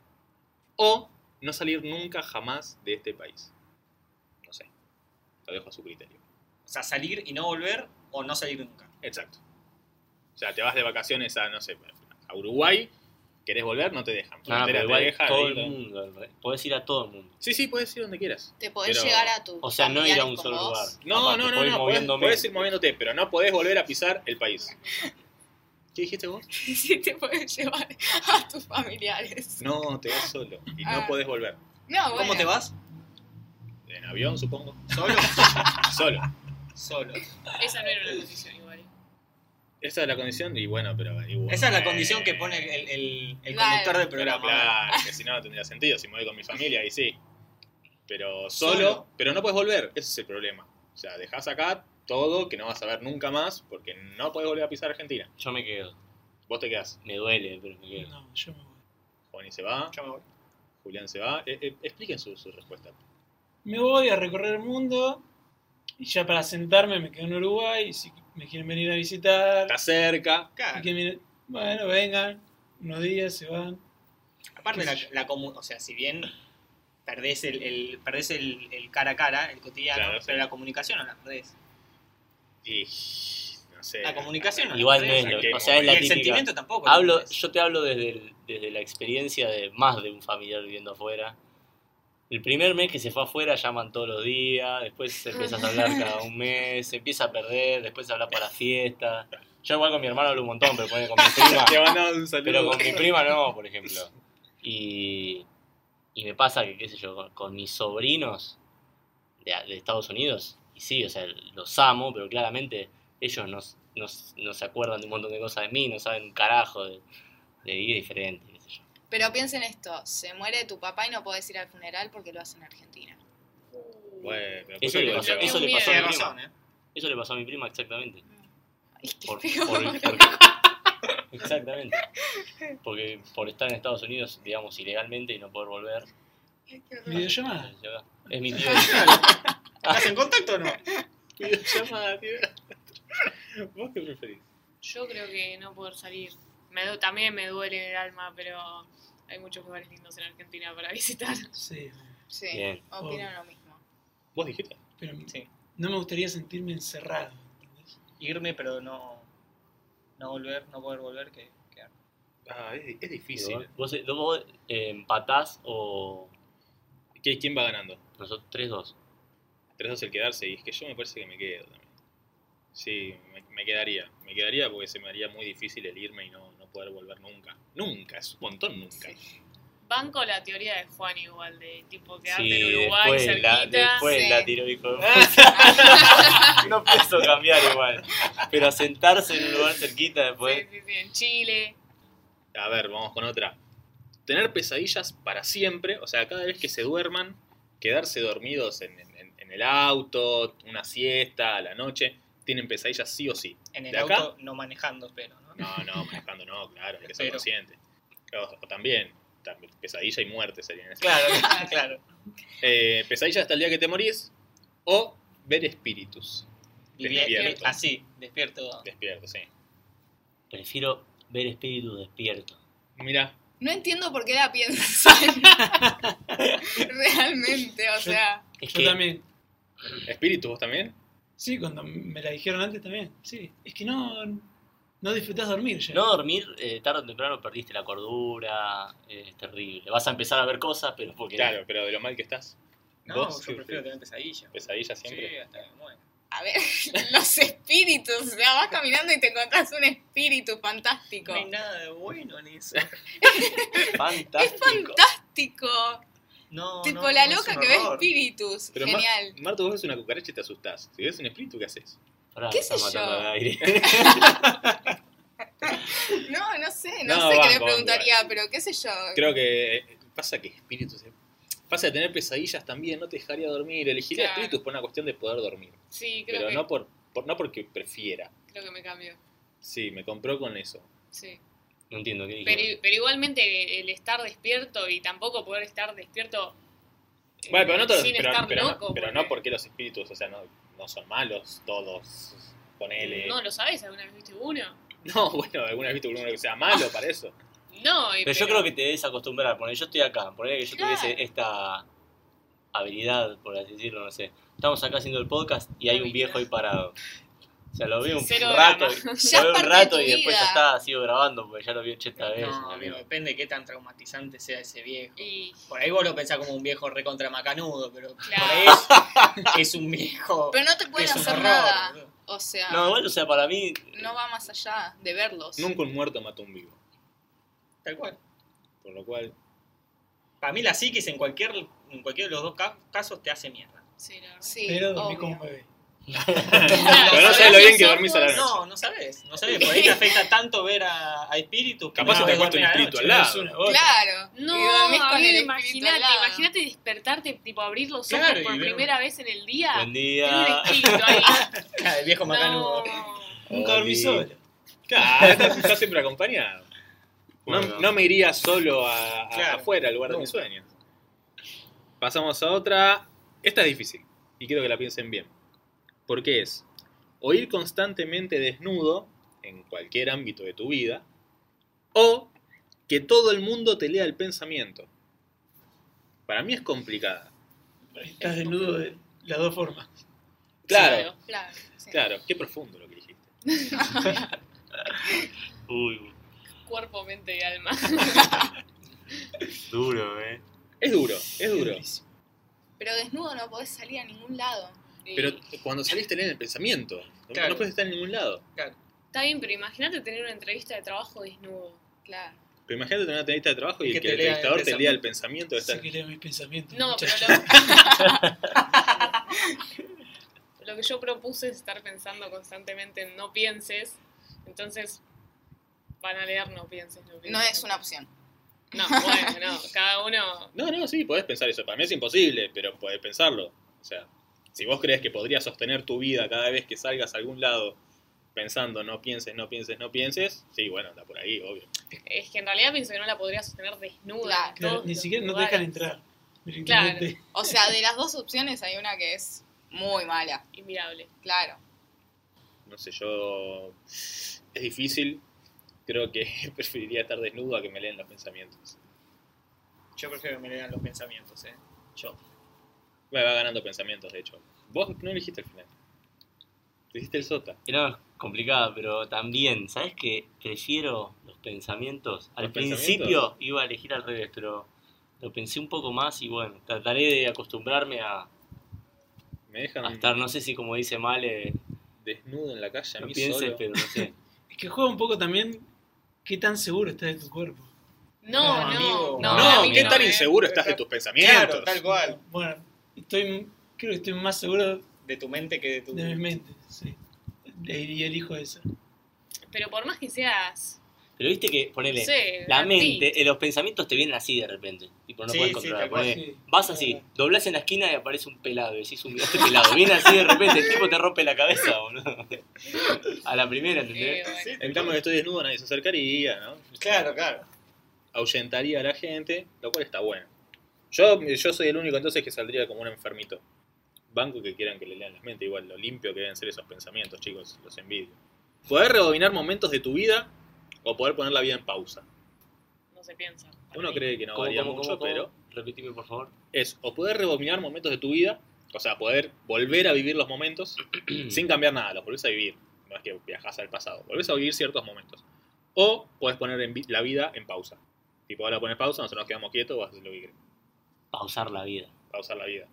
S1: O no salir nunca jamás de este país. No sé. Lo dejo a su criterio.
S6: O sea, salir y no volver o no salir nunca.
S1: Exacto. O sea, te vas de vacaciones a, no sé, a Uruguay, querés volver, no te dejan.
S2: No,
S1: Frontera
S2: no, Ah, pero
S1: te
S2: igual
S1: deja,
S2: todo
S1: ahí
S2: el
S1: lo-
S2: mundo, el re- podés ir a todo el mundo.
S1: Sí, sí, puedes ir donde quieras.
S5: te podés
S1: Pero-
S5: llegar a tu.
S2: O sea, no ir a un
S5: familiares con
S2: solo
S5: vos.
S2: lugar.
S1: No,
S2: Aparte,
S1: no, no,
S2: puedo ir
S1: no. Podés,
S2: moviéndome.
S1: podés ir moviéndote, pero no podés volver a pisar el país. ¿Qué dijiste vos?
S5: Sí, te podés llevar a tus familiares.
S1: No, te vas solo y no
S5: Ah.
S1: podés volver.
S5: No, bueno.
S6: ¿Cómo te vas?
S1: En avión, supongo.
S6: ¿Solo?
S1: Solo.
S6: Solo.
S4: Esa no era una condición igual.
S1: Esa es la condición y bueno, pero... y bueno.
S6: Esa es la condición que pone el, el- el
S5: Claro.
S6: conductor del
S1: Pero
S6: programa.
S1: Eh, claro, que si no, no tendría sentido. Si me voy con mi familia, ahí sí. Pero solo,
S6: Solo.
S1: pero no podés volver. Ese es el problema. O sea, dejás acá todo que no vas a ver nunca más porque no podés volver a pisar Argentina.
S2: Yo me quedo.
S1: Vos te quedás.
S2: Me duele, pero me quedo.
S3: No, yo me voy.
S1: Juan y se va,
S6: Yo me voy.
S1: Julián se va. Eh, eh, expliquen su, su respuesta.
S3: Me voy a recorrer el mundo y ya para sentarme me quedo en Uruguay y si me quieren venir a visitar,
S1: Está cerca,
S3: y
S6: Claro.
S3: que miren, bueno, vengan, unos días se van.
S6: Aparte,
S3: qué
S6: la,
S3: sé
S6: la comu- o sea, si bien perdés el, el- perdés el, el cara a cara, el cotidiano,
S1: Claro, sí.
S6: pero la comunicación no la perdés.
S1: Y no sé.
S6: La comunicación no
S2: Igual
S6: la
S2: no es
S6: perdés.
S1: lo-
S6: Y
S1: o sea, es
S2: la
S6: el
S2: típica.
S6: sentimiento tampoco. lo
S2: Hablo,
S6: perdés.
S2: yo te hablo desde, el- desde la experiencia de más de un familiar viviendo afuera. El primer mes que se fue afuera llaman todos los días, después empiezas a hablar cada un mes, se empieza a perder, después se habla para la fiesta. Yo igual con mi hermano hablo un montón, pero ponele con mi prima,
S1: Te mandaban un saludo.
S2: pero con mi prima no, por ejemplo. Y, y me pasa que, qué sé yo, con, con mis sobrinos de, de Estados Unidos, y sí, o sea, los amo, pero claramente ellos no, s- no, s- no se acuerdan de un montón de cosas de mí, no saben un carajo de, de vida diferente, qué sé yo.
S5: Pero piensen esto: se muere tu papá y no podés ir al funeral porque lo hacen en Argentina.
S1: Bueno, pero
S2: Eso
S1: ¿por qué
S2: le
S1: lo
S2: pasó,
S1: llevan?
S2: eso le pasó a mi
S6: Tenés
S2: prima.
S6: razón, ¿eh?
S2: Eso le pasó a mi prima exactamente.
S5: Ay, qué
S2: Por,
S5: feo.
S2: por- por- exactamente. Porque por estar en Estados Unidos, digamos, ilegalmente y no poder volver. Eh,
S5: Ay, qué horror.
S3: Videollamada.
S2: Es mi tío.
S6: ¿Estás en contacto o no?
S1: Videollamada, tío. ¿Vos qué preferís?
S4: Yo creo que no poder salir. Me du- también me duele el alma, pero hay muchos lugares lindos en Argentina para visitar.
S3: Sí,
S5: Sí,
S2: Bien.
S5: opinan lo mismo.
S1: ¿Vos dijiste?
S3: pero
S6: Sí.
S3: no me gustaría sentirme encerrado. ¿entendés?
S6: Irme, pero no, no volver, no poder volver, que quedar.
S1: Ah, es, es
S2: ¿Vos,
S1: difícil.
S2: vos, vos, eh, empatás o
S1: ¿Qué- ¿Quién va ganando?
S2: nosotros tres dos?
S1: 3-2 el quedarse. Y es que yo me parece que me quedo también. Sí, me, me quedaría. Me quedaría porque se me haría muy difícil el irme y no, no poder volver nunca. Nunca, es un montón nunca.
S5: Sí.
S4: Banco la teoría de Juan igual, de tipo quedarte
S2: Sí,
S4: en Uruguay,
S2: después la,
S4: cerquita.
S2: después
S5: sí.
S2: la tiró hijo de puta. No pienso cambiar igual. Pero sentarse en un lugar cerquita
S4: Sí,
S2: después.
S4: sí, sí, en Chile.
S1: A ver, vamos con otra. Tener pesadillas para siempre, o sea, cada vez que se duerman, quedarse dormidos en, en- en el auto, una siesta a la noche, tienen pesadillas sí o sí.
S6: En el
S1: ¿De acá?
S6: auto, no manejando, pero, ¿no?
S1: No, no, manejando no, claro, hay que ser
S6: Pero-
S1: consciente. O, o también, también, pesadilla y muerte serían esas.
S6: Claro, claro.
S1: Eh, pesadilla hasta el día que te morís o ver espíritus. Despierto.
S6: Despierto. Así, despierto.
S1: Despierto, sí.
S2: Prefiero ver espíritus despierto.
S1: Mira,
S5: No entiendo por qué la piensan. Realmente, o sea.
S2: Es
S3: Yo también.
S1: espíritus vos también.
S3: Sí, cuando me la dijeron antes también. Sí. Es que no, no disfrutás dormir ya.
S2: No dormir, eh, tarde o temprano perdiste la cordura, eh, es terrible. Vas a empezar a ver cosas, pero porque
S1: Claro, pero de lo mal que estás.
S7: No,
S1: ¿Vos?
S7: yo
S1: Sí,
S7: prefiero
S1: sí.
S7: tener pesadilla.
S1: Pesadilla
S7: Sí,
S1: siempre.
S7: hasta que muera.
S5: A ver, los espíritus. O sea, vas caminando y te encontrás un espíritu fantástico.
S6: No hay nada de bueno en eso.
S2: fantástico.
S5: Fantástico.
S6: No,
S5: tipo
S6: no,
S5: la
S6: no, es
S5: loca
S6: un
S5: que ve
S6: horror.
S5: espíritus.
S1: Pero Mar-
S5: Genial.
S1: Marto, vos ves una cucaracha y te asustás. Si ves un espíritu, ¿qué haces?
S2: Pará,
S5: ¿Qué
S2: me están
S5: sé
S2: matando
S5: yo?
S2: al aire.
S5: No, no sé, no,
S1: No,
S5: sé qué
S1: banco,
S5: le
S1: banco,
S5: preguntaría, pero qué sé yo.
S1: Creo que eh, pasa que espíritus. eh, Pasa de tener pesadillas también, no te dejaría dormir. Elegiría
S4: Claro.
S1: espíritus por una cuestión de poder dormir.
S4: Sí, creo,
S1: Pero
S4: que,
S1: no, por, por- no porque prefiera.
S4: creo que me cambio.
S1: Sí, me compró con eso.
S4: Sí.
S2: No entiendo qué dije.
S4: Pero, pero igualmente el estar despierto y tampoco poder estar despierto eh,
S1: Bueno, pero no todos-
S4: sin
S1: pero,
S4: estar
S1: pero
S4: loco.
S1: no, pero no porque los espíritus, o sea, no, no son malos todos. Ponele.
S4: No, ¿lo sabes? ¿Alguna vez viste uno?
S1: No, bueno, alguna vez viste uno que sea malo para eso.
S4: No, y-
S2: Pero yo creo que te debes acostumbrar. Poner, yo estoy acá. Poner que yo
S5: Claro.
S2: tuviese esta habilidad, por así decirlo, no sé. Estamos acá haciendo el podcast y hay un viejo ahí parado. O sea, lo veo un
S4: Cero
S2: rato,
S4: drama.
S5: Ya
S2: lo
S5: es
S2: veo un
S5: parte
S2: rato
S5: de
S2: y
S5: tu
S2: después ya
S5: vida.
S2: está, sigo grabando porque ya lo vi 80 veces.
S6: No, amigo,
S2: amigo.
S6: depende de qué tan traumatizante sea ese viejo.
S4: Y
S6: Por ahí vos lo pensás como un viejo recontra macanudo, pero
S4: Claro.
S6: por ahí es, es un viejo.
S5: Pero no te
S6: que
S5: pueden
S6: es un
S5: hacer
S6: horror,
S5: nada.
S6: boludo.
S5: O sea,
S2: No,
S5: no,
S2: igual, o sea, para mí,
S5: va más allá de verlos.
S1: Nunca un muerto mató a un vivo.
S6: Tal cual.
S1: Por lo cual,
S6: Para mí la psiquis en cualquier en cualquiera de los dos ca- casos te hace mierda.
S4: sí, la verdad.
S5: Sí,
S3: Pero dormí
S5: obvio.
S3: como un bebé.
S1: Pero no sabes lo bien que dormís a la noche.
S6: No, no sabes, no sabes, por ahí te afecta tanto ver a, a espíritus. que
S1: Capaz
S6: no
S1: se te
S6: podés
S1: acuesta un
S6: dormir a la
S1: espíritu
S6: noche.
S1: al lado.
S3: Es una bocha.
S5: Claro.
S4: No,
S5: y dormís
S4: a ver,
S5: con el espíritu
S4: imagínate,
S5: al lado.
S4: imagínate despertarte, tipo abrir los ojos
S6: Claro, y
S4: por
S6: ver-
S4: primera vez en el
S5: Ah.
S4: día.
S2: buen
S4: Tener
S2: día.
S4: un espíritu ahí.
S6: Claro, el viejo macanudo.
S4: no.
S3: Nunca dormí
S2: Oli.
S3: solo.
S1: Eh, claro, estás, estás siempre acompañado. No,
S2: Bueno.
S1: no me iría solo a, a-
S6: Claro.
S1: afuera al lugar de mis
S6: Nunca.
S1: sueños. Pasamos a otra. Esta es difícil y quiero que la piensen bien. Porque es o ir constantemente desnudo en cualquier ámbito de tu vida o que todo el mundo te lea el pensamiento. Para mí es complicada.
S3: Estás desnudo de las dos formas.
S1: Claro,
S5: Claro, sí.
S1: claro. Qué profundo lo que dijiste.
S2: Uy,
S4: Cuerpo, mente y alma.
S2: duro, eh.
S1: Es duro, es duro.
S5: Pero desnudo no podés salir a ningún lado.
S4: Y-
S1: Pero cuando saliste leen el pensamiento. No-
S6: Claro.
S1: No puedes estar en ningún lado.
S4: Está bien, pero imagínate tener una entrevista de trabajo desnudo.
S5: Claro.
S1: Pero imagínate tener una entrevista de trabajo y,
S6: Y
S1: el
S6: que
S1: que el
S6: te lea el
S1: entrevistador te lea el pensamiento de estar.
S3: Sé que leo mis pensamientos.
S4: No, pero
S3: muchacho.
S4: lo, lo que yo propuse es estar pensando constantemente en no pienses. Entonces, van a leer no pienses. No, pienses,
S5: No es una opción.
S4: No, bueno, no. Cada uno.
S1: No, no, sí, podés pensar eso. Para mí es imposible, pero podés pensarlo. O sea, si vos crees que podrías sostener tu vida cada vez que salgas a algún lado pensando no pienses, no pienses, no pienses, sí, bueno, anda por ahí, obvio.
S4: Es que en realidad pienso que no la podría sostener desnuda. en
S5: Claro,
S3: Claro,
S4: todos
S3: ni
S4: los
S3: siquiera no te
S4: lugares.
S3: dejan entrar. directamente.
S5: O sea, de las dos opciones hay una que es muy mala.
S4: Inmirable.
S5: Claro.
S1: No sé, yo. Es difícil. Creo que preferiría estar desnudo a que me lean los pensamientos.
S6: Yo prefiero que me lean los pensamientos, eh. Yo.
S1: Me va ganando pensamientos, de hecho. Vos no elegiste el final. Dijiste el sota.
S2: Era complicada, pero también, ¿sabes qué? Prefiero los pensamientos. Al
S1: ¿Los
S2: principio
S1: pensamientos?
S2: iba a elegir al revés, pero lo pensé un poco más y bueno, trataré de acostumbrarme a,
S1: Me dejan
S2: a estar, no sé si como dice Male,
S1: desnudo en la calle a
S2: no
S1: mí
S2: pienses,
S1: solo.
S2: pero no sé.
S3: Es que juega un poco también qué tan seguro estás de tu cuerpo.
S4: No,
S6: No,
S4: no,
S6: amigo.
S4: no.
S2: No,
S4: a mí
S1: qué
S2: no,
S1: tan
S4: eh.
S1: inseguro estás de tus pensamientos.
S6: Claro, tal cual.
S3: Bueno, estoy, creo que estoy más seguro
S6: De tu mente que de tu.
S3: de mis mentes. Sí. Y elijo eso.
S4: Pero por más que seas.
S2: Pero viste que,
S4: No
S2: ponele,
S4: sé,
S2: la
S4: Brad Pitt,
S2: mente, eh, los pensamientos te vienen así de repente. Tipo, pero no
S6: Sí,
S2: puedes
S6: sí,
S2: controlar.
S6: tal cual.
S2: Ponele,
S3: Sí.
S2: Vas así, doblás en la esquina y aparece un pelado. Y decís, un mirá este pelado. Viene así de repente, el tipo te rompe la cabeza, boludo. A la primera,
S4: Eh,
S2: ¿entendés?
S4: bueno.
S1: En cambio que estoy desnudo nadie se acercaría, ¿no?
S6: Claro, claro.
S1: Ahuyentaría a la gente, lo cual está bueno. Yo, yo soy el único entonces que saldría como un enfermito. Banco que quieran que le lean las mentes, igual lo limpio que deben ser esos pensamientos, chicos, los envidio. Poder rebobinar momentos de tu vida o poder poner la vida en pausa.
S4: No se piensa. para
S1: Uno
S4: mí.
S1: cree que no varía mucho, pero
S2: Repetime, por favor.
S1: es o poder rebobinar momentos de tu vida, o sea, poder volver a vivir los momentos
S2: Mm.
S1: sin cambiar nada, los volvés a vivir. No es que viajás al pasado, volvés a vivir ciertos momentos. O podés poner en vi- la vida en pausa. Tipo, ahora pones pausa, nosotros nos quedamos quietos, vas a hacer lo que querés.
S2: Pausar la vida.
S1: Pausar la vida.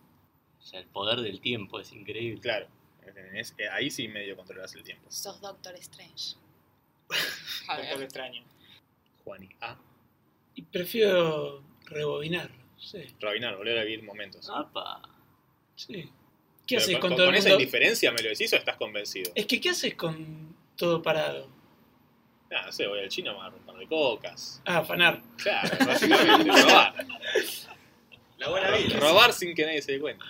S2: O sea, el poder del tiempo es increíble.
S1: Claro. ¿entendés? Eh, ahí sí medio controlás el tiempo.
S5: Sos Doctor Strange.
S6: Doctor
S5: Javier.
S6: extraño.
S1: Juani. Ah,
S3: Y prefiero rebobinar. Sí,
S1: rebobinar, volver a vivir momentos.
S2: Apa.
S3: sí. Ah, ¿Qué
S1: Pero
S3: haces
S1: con,
S3: con
S1: con-
S3: todo
S1: con
S3: el
S1: esa
S3: mundo? Eh.
S1: indiferencia me lo decís o estás convencido?
S3: Es que ¿qué haces con todo parado?
S1: Nada, no sé, voy al chino, me agarro un par de cocas.
S3: Ah, afanar.
S1: Claro, básicamente, robar.
S6: La buena vida.
S1: Robar sin que nadie se dé cuenta.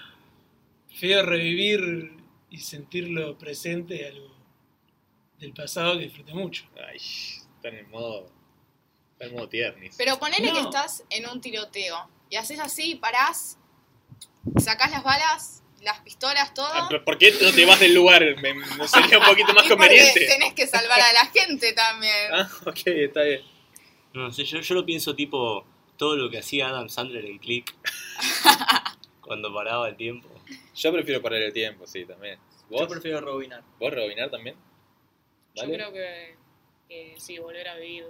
S3: Prefiero revivir y sentirlo presente algo del pasado que disfruté mucho.
S1: Ay, está en el modo. Está en modo tiernis.
S5: Pero ponele que
S3: No.
S5: estás en un tiroteo y haces así, parás, sacás las balas, las pistolas, todo.
S1: Ah, pero ¿Por qué no te vas del lugar? Me- me sería un poquito más
S5: Y porque
S1: conveniente.
S5: tenés que salvar a la gente también.
S1: Ah, ok, está bien.
S2: No sé, yo, yo lo pienso tipo todo lo que hacía Adam Sandler en Click cuando paraba el tiempo.
S1: Yo prefiero parar el tiempo, sí, también.
S6: Yo
S1: ¿Vos?
S6: prefiero robinar.
S1: ¿Vos rebobinar también?
S4: Yo
S1: ¿Vale?
S4: creo que, que sí, volver a vivir.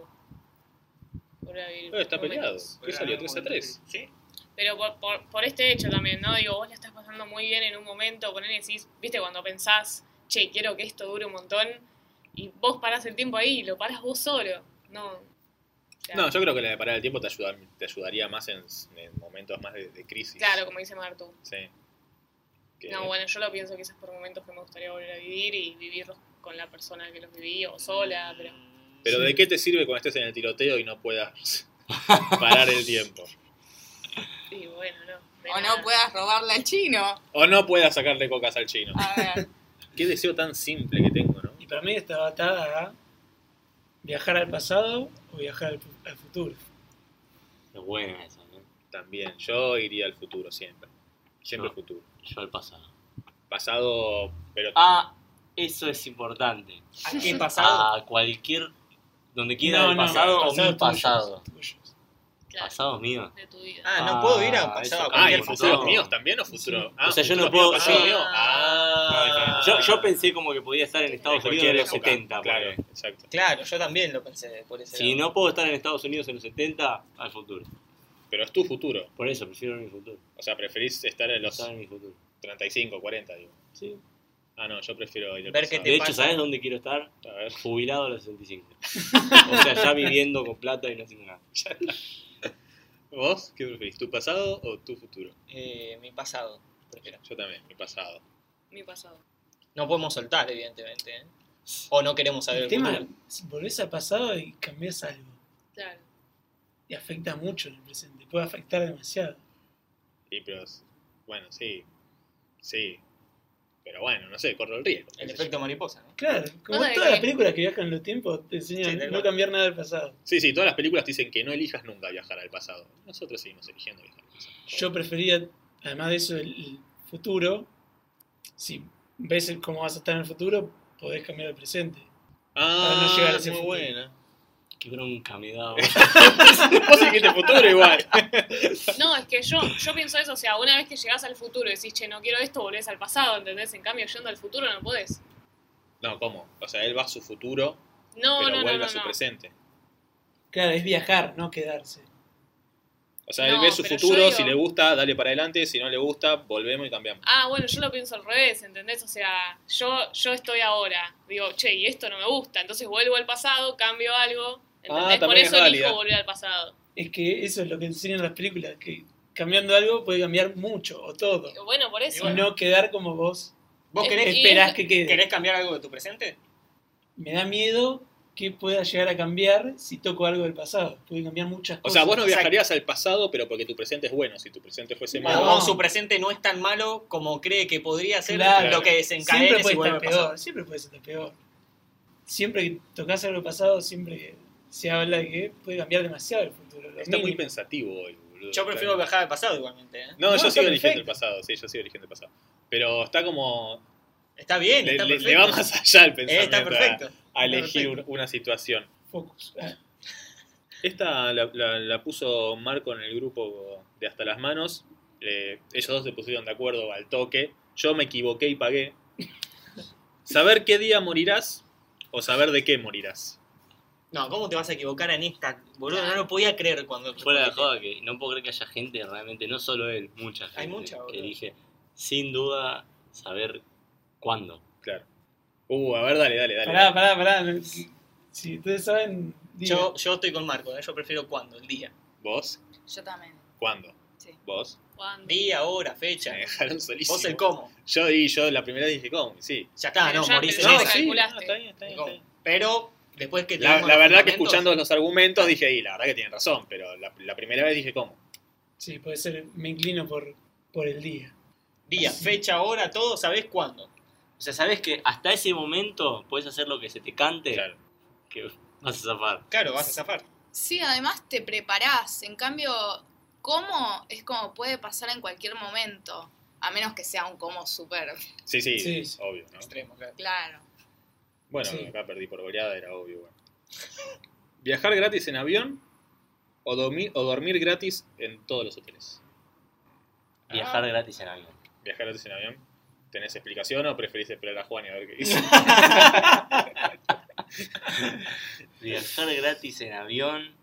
S4: Volver a vivir.
S1: Eh, está peleado.
S4: momentos.
S1: ¿Qué salió? 3 a 3.
S6: Sí.
S4: Pero por, por, por este hecho también, ¿no? Digo, vos la estás pasando muy bien en un momento, con él decís, viste, cuando pensás, che, quiero que esto dure un montón, y vos parás el tiempo ahí y lo parás vos solo. No. O sea,
S1: No, yo creo que la de parar el tiempo te, ayuda- te ayudaría más en, en momentos más de, de crisis.
S4: Claro, como dice Martu.
S1: Sí. Que-
S4: No, bueno, yo lo pienso quizás por momentos que me gustaría volver a vivir y vivirlos con la persona que los viví o sola, pero
S1: Pero ¿de qué te sirve cuando estés en el tiroteo y no puedas parar el tiempo?
S4: sí, bueno, no. de
S5: O
S4: nada.
S5: no puedas robarle al chino.
S1: O no puedas sacarle cocas al chino.
S5: A ver,
S1: Qué deseo tan simple que tengo, ¿no?
S3: Y para mí estaba atada a viajar al pasado o viajar al, fu- al futuro.
S2: Es buena esa, ¿eh? ¿no?
S1: También, yo iría al futuro siempre. Siempre
S4: Ah.
S2: No.
S1: futuro.
S2: Yo al pasado.
S1: Pasado, pero
S2: Ah, eso es importante. Ah,
S6: ¿A qué pasado?
S2: A cualquier. Donde quiera
S3: No,
S2: el
S3: no,
S2: pasado o mi
S3: tuyos,
S2: pasado.
S3: tuyos.
S4: Claro,
S2: Pasados míos.
S4: de tu vida.
S6: Ah, no puedo ir a
S2: Ah,
S6: un
S2: eso.
S6: pasado. a
S1: Ah, ¿y
S6: cualquier
S1: el futuro
S2: no.
S1: es mío también o futuro? Ah,
S2: O sea, yo
S1: futuro
S2: no
S1: es
S2: puedo-
S1: mío, pasado
S2: yo-
S1: mío.
S6: Ah.
S1: Ah,
S2: Yo, yo pensé como que podía estar en Estados Unidos en
S1: Cualquier
S2: los
S1: época,
S2: 70.
S1: Claro,
S2: ponele.
S1: exacto.
S6: Claro, yo también lo pensé por ese
S2: Si
S6: lado.
S2: no puedo estar en Estados Unidos en los 70, al futuro.
S1: Pero es tu futuro.
S2: Por eso prefiero mi futuro.
S1: O sea, preferís estar en los
S2: Estar en mi futuro.
S1: 35, 40, digo.
S2: Sí.
S1: Ah, no, yo prefiero ir al
S6: Ver qué
S1: pasado.
S2: De hecho,
S6: pasa?
S2: ¿sabes dónde quiero estar?
S1: A ver,
S2: Jubilado a los 65. o sea, ya viviendo con plata y no haciendo nada.
S1: ¿Vos qué preferís? ¿Tu pasado o tu futuro?
S6: Eh, mi pasado. prefiero.
S1: Yo también, mi pasado.
S4: Mi pasado.
S6: No podemos soltar, evidentemente. ¿eh? O no queremos saber
S3: El
S6: el
S3: tema,
S6: futuro.
S3: si volvés al pasado y cambias algo,
S4: Claro.
S3: y afecta mucho en el presente, puede afectar demasiado.
S1: Y pero, bueno, sí. Sí. Pero bueno, no sé, corro el riesgo. qué
S6: El
S1: sé
S6: efecto mariposa, ¿no?
S3: Claro, como
S4: No, de-
S3: todas las
S4: de-
S3: películas que viajan en los tiempos te
S6: Sí,
S3: enseñan
S6: de
S3: a no
S6: verdad.
S3: cambiar nada del pasado.
S1: yo. Sí, sí, todas las películas te dicen que no elijas nunca viajar al pasado. Nosotros seguimos eligiendo viajar al pasado.
S3: Yo prefería, además de eso, el, el futuro. Si ves el- cómo vas a estar en el futuro, podés cambiar el presente.
S1: Ah,
S3: no llegar a ese
S1: muy
S3: futuro.
S1: buena.
S2: Qué bronca me da.
S1: Vos elegiste futuro igual.
S4: No, es que yo, yo pienso eso, o sea, una vez que llegás al futuro y decís, che, no quiero esto, volvés al pasado, ¿entendés? En cambio, yendo al futuro no podés.
S1: No, ¿cómo? O sea, él va a su futuro,
S4: No,
S1: pero
S4: no, no,
S1: vuelve
S4: no,
S1: a su
S4: no.
S1: presente.
S3: Claro, es viajar, no quedarse.
S1: O sea, él
S4: No,
S1: ve su
S4: pero yo
S1: futuro,
S4: digo-
S1: si le gusta, dale para adelante, si no le gusta, volvemos y cambiamos.
S4: Ah, bueno, yo lo pienso al revés, ¿entendés? O sea, yo, yo estoy ahora, digo, che, y esto no me gusta, entonces vuelvo al pasado, cambio algo, ¿entendés? Por
S1: Ah, también es
S4: eso elijo
S1: válida.
S4: volver al pasado.
S3: Es que eso es lo que enseñan las películas, que cambiando algo puede cambiar mucho o todo.
S4: Bueno, por
S3: Y
S4: eso.
S3: no quedar como vos
S6: ¿Vos
S4: Es-
S3: Eh,
S6: querés,
S4: y-
S3: esperás que quede.
S6: querés cambiar algo de tu presente?
S3: Me da miedo qué pueda llegar a cambiar si toco algo del pasado. Puede cambiar muchas
S1: O
S3: cosas.
S1: sea, vos no
S6: Exacto.
S1: viajarías al pasado, pero porque tu presente es bueno. Si tu presente fuese
S3: No.
S1: malo,
S6: O su presente no es tan malo como cree que podría ser
S3: Claro.
S6: lo que
S3: Siempre
S6: desencadene si
S3: puede
S6: vuelve a
S3: estar
S6: pasar.
S3: peor, siempre puede estar peor. Siempre que tocas algo del pasado, siempre que se habla de que puede cambiar demasiado el futuro. lo
S1: está muy
S3: mínimo.
S1: pensativo hoy, boludo.
S6: Yo prefiero
S1: Claro.
S6: viajar al pasado igualmente. ¿eh?
S1: No,
S3: No,
S1: yo
S3: está
S1: sigo eligiendo
S3: perfecto.
S1: el pasado, sí, yo sigo eligiendo el pasado. Pero está como.
S6: Está bien,
S1: Le,
S6: está
S1: le- le
S6: perfecto.
S1: va más allá el
S6: Eh,
S1: pensamiento.
S6: está perfecto.
S1: A, a elegir
S3: perfecto.
S1: un- una situación.
S3: Focus. Ah,
S1: Esta la, la- la puso Marco en el grupo de Hasta las Manos. Eh, ellos dos se pusieron de acuerdo al toque. Yo me equivoqué y pagué. ¿Saber qué día morirás o saber de qué morirás?
S6: No, ¿cómo te vas a equivocar en esta? Boludo, no lo podía creer cuando.
S2: Fuera de joda que no puedo creer que haya gente, realmente, no solo él, mucha gente
S6: Hay mucha, boludo.
S2: que elige, sin duda, saber cuándo.
S1: Claro. Uh, a ver, dale, dale, dale.
S3: Pará, pará, pará. no- Si ustedes saben, digan.
S6: Yo, yo estoy con Marco, ¿eh? yo prefiero cuándo, el día.
S1: ¿Vos?
S5: Yo también.
S1: ¿Cuándo?
S5: Sí.
S1: ¿Vos?
S4: ¿Cuándo?
S6: Día, hora, fecha.
S1: Me dejaron solísimo.
S6: Vos el cómo.
S1: Yo, y yo la primera dije cómo, sí.
S6: Ya está,
S4: Pero
S6: no,
S4: ya
S6: morís en
S4: empezó
S1: No,
S6: esa.
S4: a
S1: sí,
S4: calculaste.
S1: no, está bien, está bien, está bien.
S6: Pero después que
S1: La,
S6: tengamos
S1: la
S6: los
S1: verdad que
S6: fundamentos,
S1: escuchando los argumentos dije, y la verdad que tienen razón, pero la, la primera vez dije cómo.
S3: Sí, puede ser, me inclino por, por el día.
S6: Día, fecha, hora, todo, sabés cuándo.
S2: O sea, sabes que hasta ese momento puedes hacer lo que se te cante,
S1: Claro.
S2: que vas a zafar.
S6: Claro, vas a zafar.
S5: Sí, además te preparás. En cambio, cómo es como puede pasar en cualquier momento. A menos que sea un cómo súper
S1: Sí, sí,
S3: Sí.
S1: es obvio, ¿no?
S6: Extremo, claro.
S5: claro.
S1: Bueno,
S3: Sí.
S1: acá perdí por goleada, era obvio. bueno. ¿Viajar gratis en avión o, dormir, o dormir gratis en todos los hoteles?
S6: Ah.
S2: Viajar gratis en avión.
S1: ¿Viajar gratis en avión? ¿Tenés explicación o preferís esperar a Juan y a ver qué dice?
S2: Viajar gratis en avión,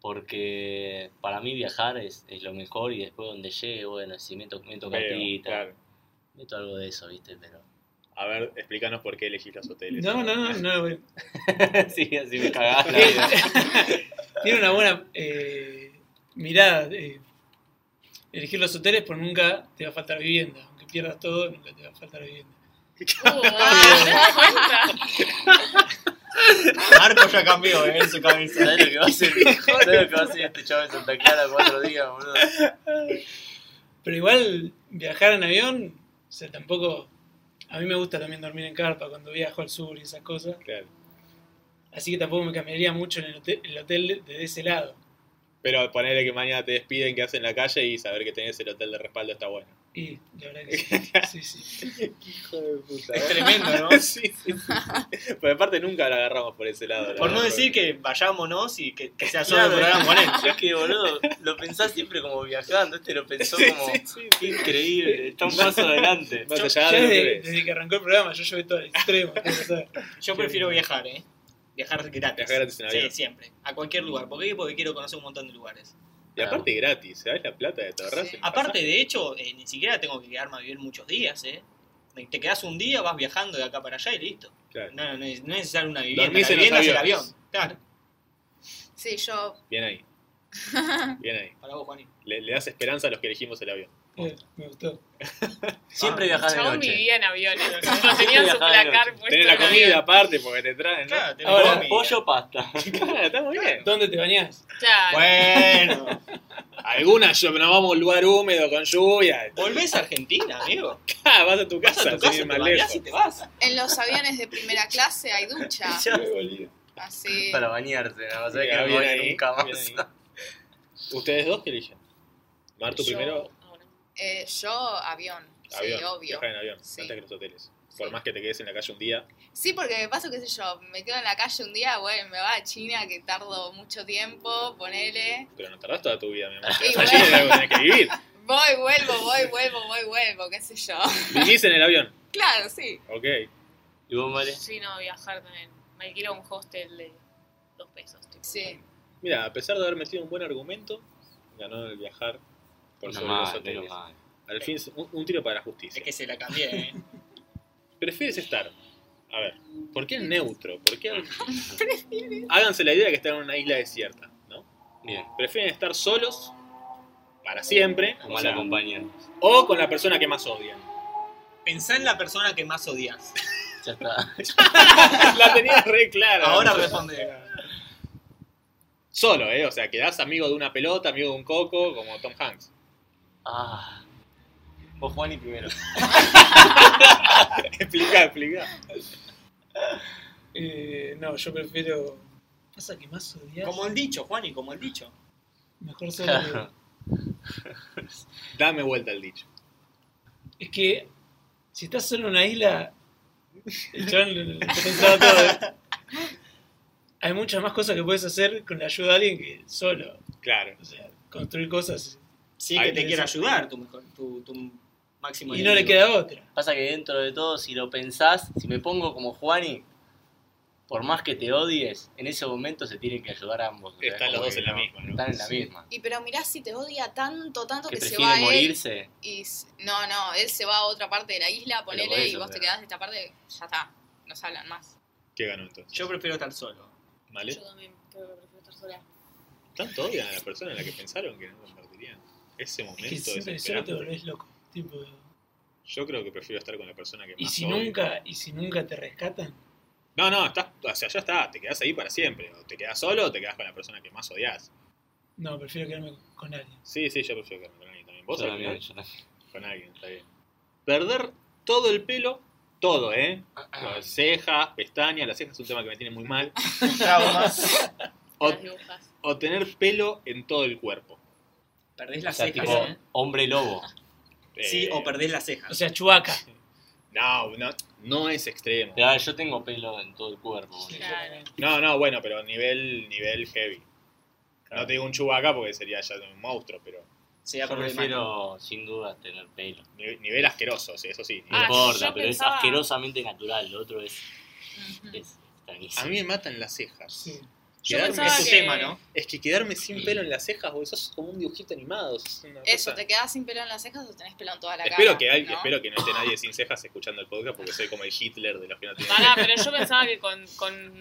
S2: porque para mí viajar es, es lo mejor y después donde llegue, bueno, si meto, meto
S1: Pero,
S2: cartita,
S1: claro.
S2: meto algo de eso, ¿viste? Pero.
S1: A ver, explícanos por qué elegís los hoteles.
S3: No, no, no, no. bueno.
S2: sí, así me cagás la vida.
S3: Tiene una buena eh, mirada. eh. Elegir los hoteles, pues nunca te va a faltar vivienda. Aunque pierdas todo, nunca te va a faltar vivienda.
S4: Uh, ah, ¿te das cuenta?
S6: Marco ya cambió ¿eh? en su cabeza.
S2: ¿Sabes lo que va a hacer? ¿Sabes lo que va a hacer este chaval en Santa Clara cuatro días, boludo?
S3: Pero igual, viajar en avión, o sea, tampoco. A mí me gusta también dormir en carpa cuando viajo al sur y esas cosas.
S1: Claro.
S3: Así que tampoco me cambiaría mucho en el hotel, el hotel de ese lado.
S1: Pero ponerle que mañana te despiden, que hacen en la calle y saber que tenés el hotel de respaldo está bueno.
S3: Y la verdad que sí. sí, sí.
S1: Hijo de puta. ¿eh?
S6: Es tremendo, ¿no?
S1: sí, sí, sí. Pero aparte nunca la agarramos por ese lado. la
S6: Por no
S1: verdad.
S6: decir que vayámonos y que, que sea solo el
S1: eh.
S6: programa con él.
S2: Es que, boludo, lo pensás siempre como viajando, este lo pensó
S1: Sí,
S2: como
S1: sí, sí, sí.
S2: increíble, está un paso adelante.
S1: Más
S3: Yo-
S1: allá
S3: ya
S1: de lo que
S3: desde,
S1: ves.
S3: desde que arrancó el programa, yo llevé todo al extremo. tengo que saber.
S6: Yo prefiero viajar, ¿eh? Viajar gratis.
S1: Viajar gratis en avión.
S6: Sí, siempre. A cualquier lugar. ¿Por qué? Porque quiero conocer un montón de lugares.
S1: Y aparte gratis, ¿sabes la plata de te ahorrás
S5: Sí.
S1: en
S6: Aparte,
S1: pasaje?
S6: de hecho, eh, ni siquiera tengo que quedarme a vivir muchos días, ¿eh? Te quedas un día, vas viajando de acá para allá y listo.
S1: Claro,
S6: No, no, no es no es necesario una vivienda.
S1: Dormís
S6: la
S1: en los
S6: vivienda es el
S1: aviones.
S6: avión. Claro,
S5: Sí, yo
S1: bien ahí. Bien ahí.
S6: para vos, Juanín.
S1: Le, le das esperanza a los que elegimos el avión.
S3: Eh, me gustó.
S2: Siempre viajás de
S4: Chabón
S2: noche.
S4: vivía en aviones. Cuando tenían
S2: Viajar
S4: su
S2: de
S4: placar
S5: Pues
S4: puesto.
S1: Tenés la
S4: en
S1: comida
S4: avión.
S1: aparte porque te traen, ¿no?
S6: Claro, tenés
S3: Ahora,
S6: comida.
S2: Pollo o pasta.
S1: Claro, está muy bien.
S3: ¿Dónde te bañás?
S4: Claro.
S6: Bueno.
S1: Algunas yo- nos vamos a un lugar húmedo con lluvia.
S6: Volvés a Argentina, amigo.
S1: Ah, vas a tu
S6: Vas
S1: casa,
S6: a tu casa,
S1: sin ir más
S6: te bañás y
S1: lejos.
S6: te vas.
S5: En los aviones de primera clase hay ducha.
S2: Ya
S5: Así.
S2: para bañarse, no vas a ver que
S1: Mira,
S2: no me
S1: bien
S2: voy
S1: ahí,
S2: nunca
S1: bien ahí.
S2: más.
S1: ¿Ustedes dos qué eligen? Martu
S4: Yo-
S1: primero,
S4: ah, bueno.
S5: Eh, yo, avión.
S1: avión.
S5: Sí, obvio.
S1: Viajar en avión,
S5: Sí.
S1: antes que los hoteles. Por
S5: Sí.
S1: más que te quedes en la calle un día,
S5: Sí, porque me pasa, qué sé yo, me quedo en la calle un día, bueno, me va a China que tardo mucho tiempo, ponele.
S1: pero no tardás toda tu vida, mi amor.
S5: Sí,
S1: Allí es algo que tenés que vivir.
S5: Voy, vuelvo, voy, vuelvo, voy, vuelvo, qué sé yo.
S1: Vivís en el avión.
S5: Claro, sí.
S1: Ok.
S2: ¿Y vos, Mare?
S4: Sí, no, viajar también. Me alquilo un hostel de dos pesos. tipo.
S5: Sí.
S1: Mira, a pesar de haber metido un buen argumento, ganó el viajar por
S2: Menos
S1: sobre los
S2: mal,
S1: hoteles.
S2: menos mal.
S1: Al fin, un, un tiro para la justicia.
S6: Es que se la cambié, ¿eh?
S1: ¿Prefieres estar? A ver, ¿por qué neutro? ¿Por qué algo- Háganse la idea que están en una isla desierta, ¿no?
S2: Bien,
S1: Prefieren estar solos para siempre,
S2: o
S1: o,
S2: mal
S1: sea,
S2: acompañado.
S1: o con la persona que más odian.
S6: Pensá en la persona que más odias.
S2: Ya está.
S1: La tenías re clara.
S6: Ahora responde.
S1: Solo, ¿eh? O sea, quedás amigo de una pelota, amigo de un coco, como Tom Hanks.
S2: Ah,
S6: Vos, Juan, y primero.
S1: explica, explica.
S3: Eh, no, yo prefiero. Pasa que más odias.
S6: Como el dicho, Juan, y como el dicho.
S3: Mejor solo.
S2: claro.
S1: Dame vuelta al dicho.
S3: que- Es que si estás solo en una isla. El chabón lo- lo pensaba todo. ¿eh? Hay muchas más cosas que puedes hacer con la ayuda de alguien que solo.
S1: Claro.
S3: O sea, construir cosas.
S6: Sí,
S1: Ahí
S6: que te
S1: tenés
S6: quiere
S1: eso.
S6: ayudar tu, mejor, tu, tu máximo
S3: Y no le
S6: enemigo.
S3: queda otra.
S2: Pasa que dentro de todo, si lo pensás, si me pongo como Juani, por más que te odies, en ese momento se tienen que ayudar ambos. o sea,
S1: Están
S2: es como
S1: los dos
S2: que
S1: en la misma, ¿no?
S2: Están en la
S1: Sí.
S2: misma.
S5: Y pero mirá si te odia tanto, tanto
S2: Que
S5: que, se va eh.
S2: prefiere
S5: a él.
S2: morirse.
S5: Y, s- no, no, él se va a otra parte de la isla,
S2: por
S5: ponele, y
S2: eso,
S5: vos te
S2: pero-
S5: quedás de esta parte, ya está. No se hablan más.
S1: ¿Qué ganó entonces?
S6: Yo prefiero estar solo.
S1: ¿Vale?
S4: Yo también creo que prefiero estar sola.
S1: Tanto odian a la persona en la que pensaron que no compartirían. Ese
S3: Es que
S1: momento
S3: siempre solo te
S1: desesperante.
S3: volvés loco. Tipo,
S1: Yo creo que prefiero estar con la persona que más
S3: y si
S1: odio.
S3: nunca, y si nunca te rescatan,
S1: No, no, estás, o sea, ya está, te quedás ahí para siempre. O te quedás solo o te quedás con la persona que más odias.
S3: no, prefiero quedarme con alguien.
S1: Sí, sí, yo prefiero quedarme con alguien también. ¿Vos
S2: Yo
S1: al
S2: también,
S1: final?
S2: yo también.
S1: Con alguien, está bien. Perder todo el pelo, todo, ¿eh? Las cejas, pestañas, las cejas es un tema que me tiene muy mal. O,
S4: Las dibujas.
S1: o tener pelo en todo el cuerpo.
S6: Perdés
S2: O
S6: las
S2: sea,
S6: cejas,
S2: tipo,
S6: ¿eh?
S2: hombre lobo.
S6: Sí,
S1: Eh,
S6: o perdés las
S3: O
S6: cejas.
S3: sea, Chubaca.
S1: No, no, no es extremo.
S2: Pero, ah, yo tengo pelo en todo el cuerpo. boludo.
S4: Claro.
S1: No, no, bueno, pero nivel, nivel heavy. No te digo un chubaca porque sería ya un monstruo, pero
S6: Sería
S2: Yo
S6: problemático.
S2: prefiero, sin duda, tener pelo.
S1: ni- nivel asqueroso, sí, eso sí.
S2: No
S4: Ah,
S2: importa,
S4: yo
S2: pero
S4: pensaba- Mm.
S2: es asquerosamente natural. Lo otro es,
S5: Ujú.
S2: es
S1: A
S2: extrañísimo.
S1: mí me matan las cejas.
S3: Sí.
S4: Yo
S1: Quedarme-
S4: pensaba
S6: Es tu
S4: que-
S6: tema, ¿no?
S1: Es que quedarme sin pelo en las cejas, vos sos como un dibujito animado. sos una
S5: Eso,
S1: cosa-
S5: ¿te quedás sin pelo en las cejas o tenés pelo en toda la
S1: espero
S5: cara?
S1: que hay-
S5: ¿no?
S1: espero que no esté nadie sin cejas escuchando el podcast porque soy como el Hitler de los que no tienen
S4: Pará, pero yo pensaba que con, con,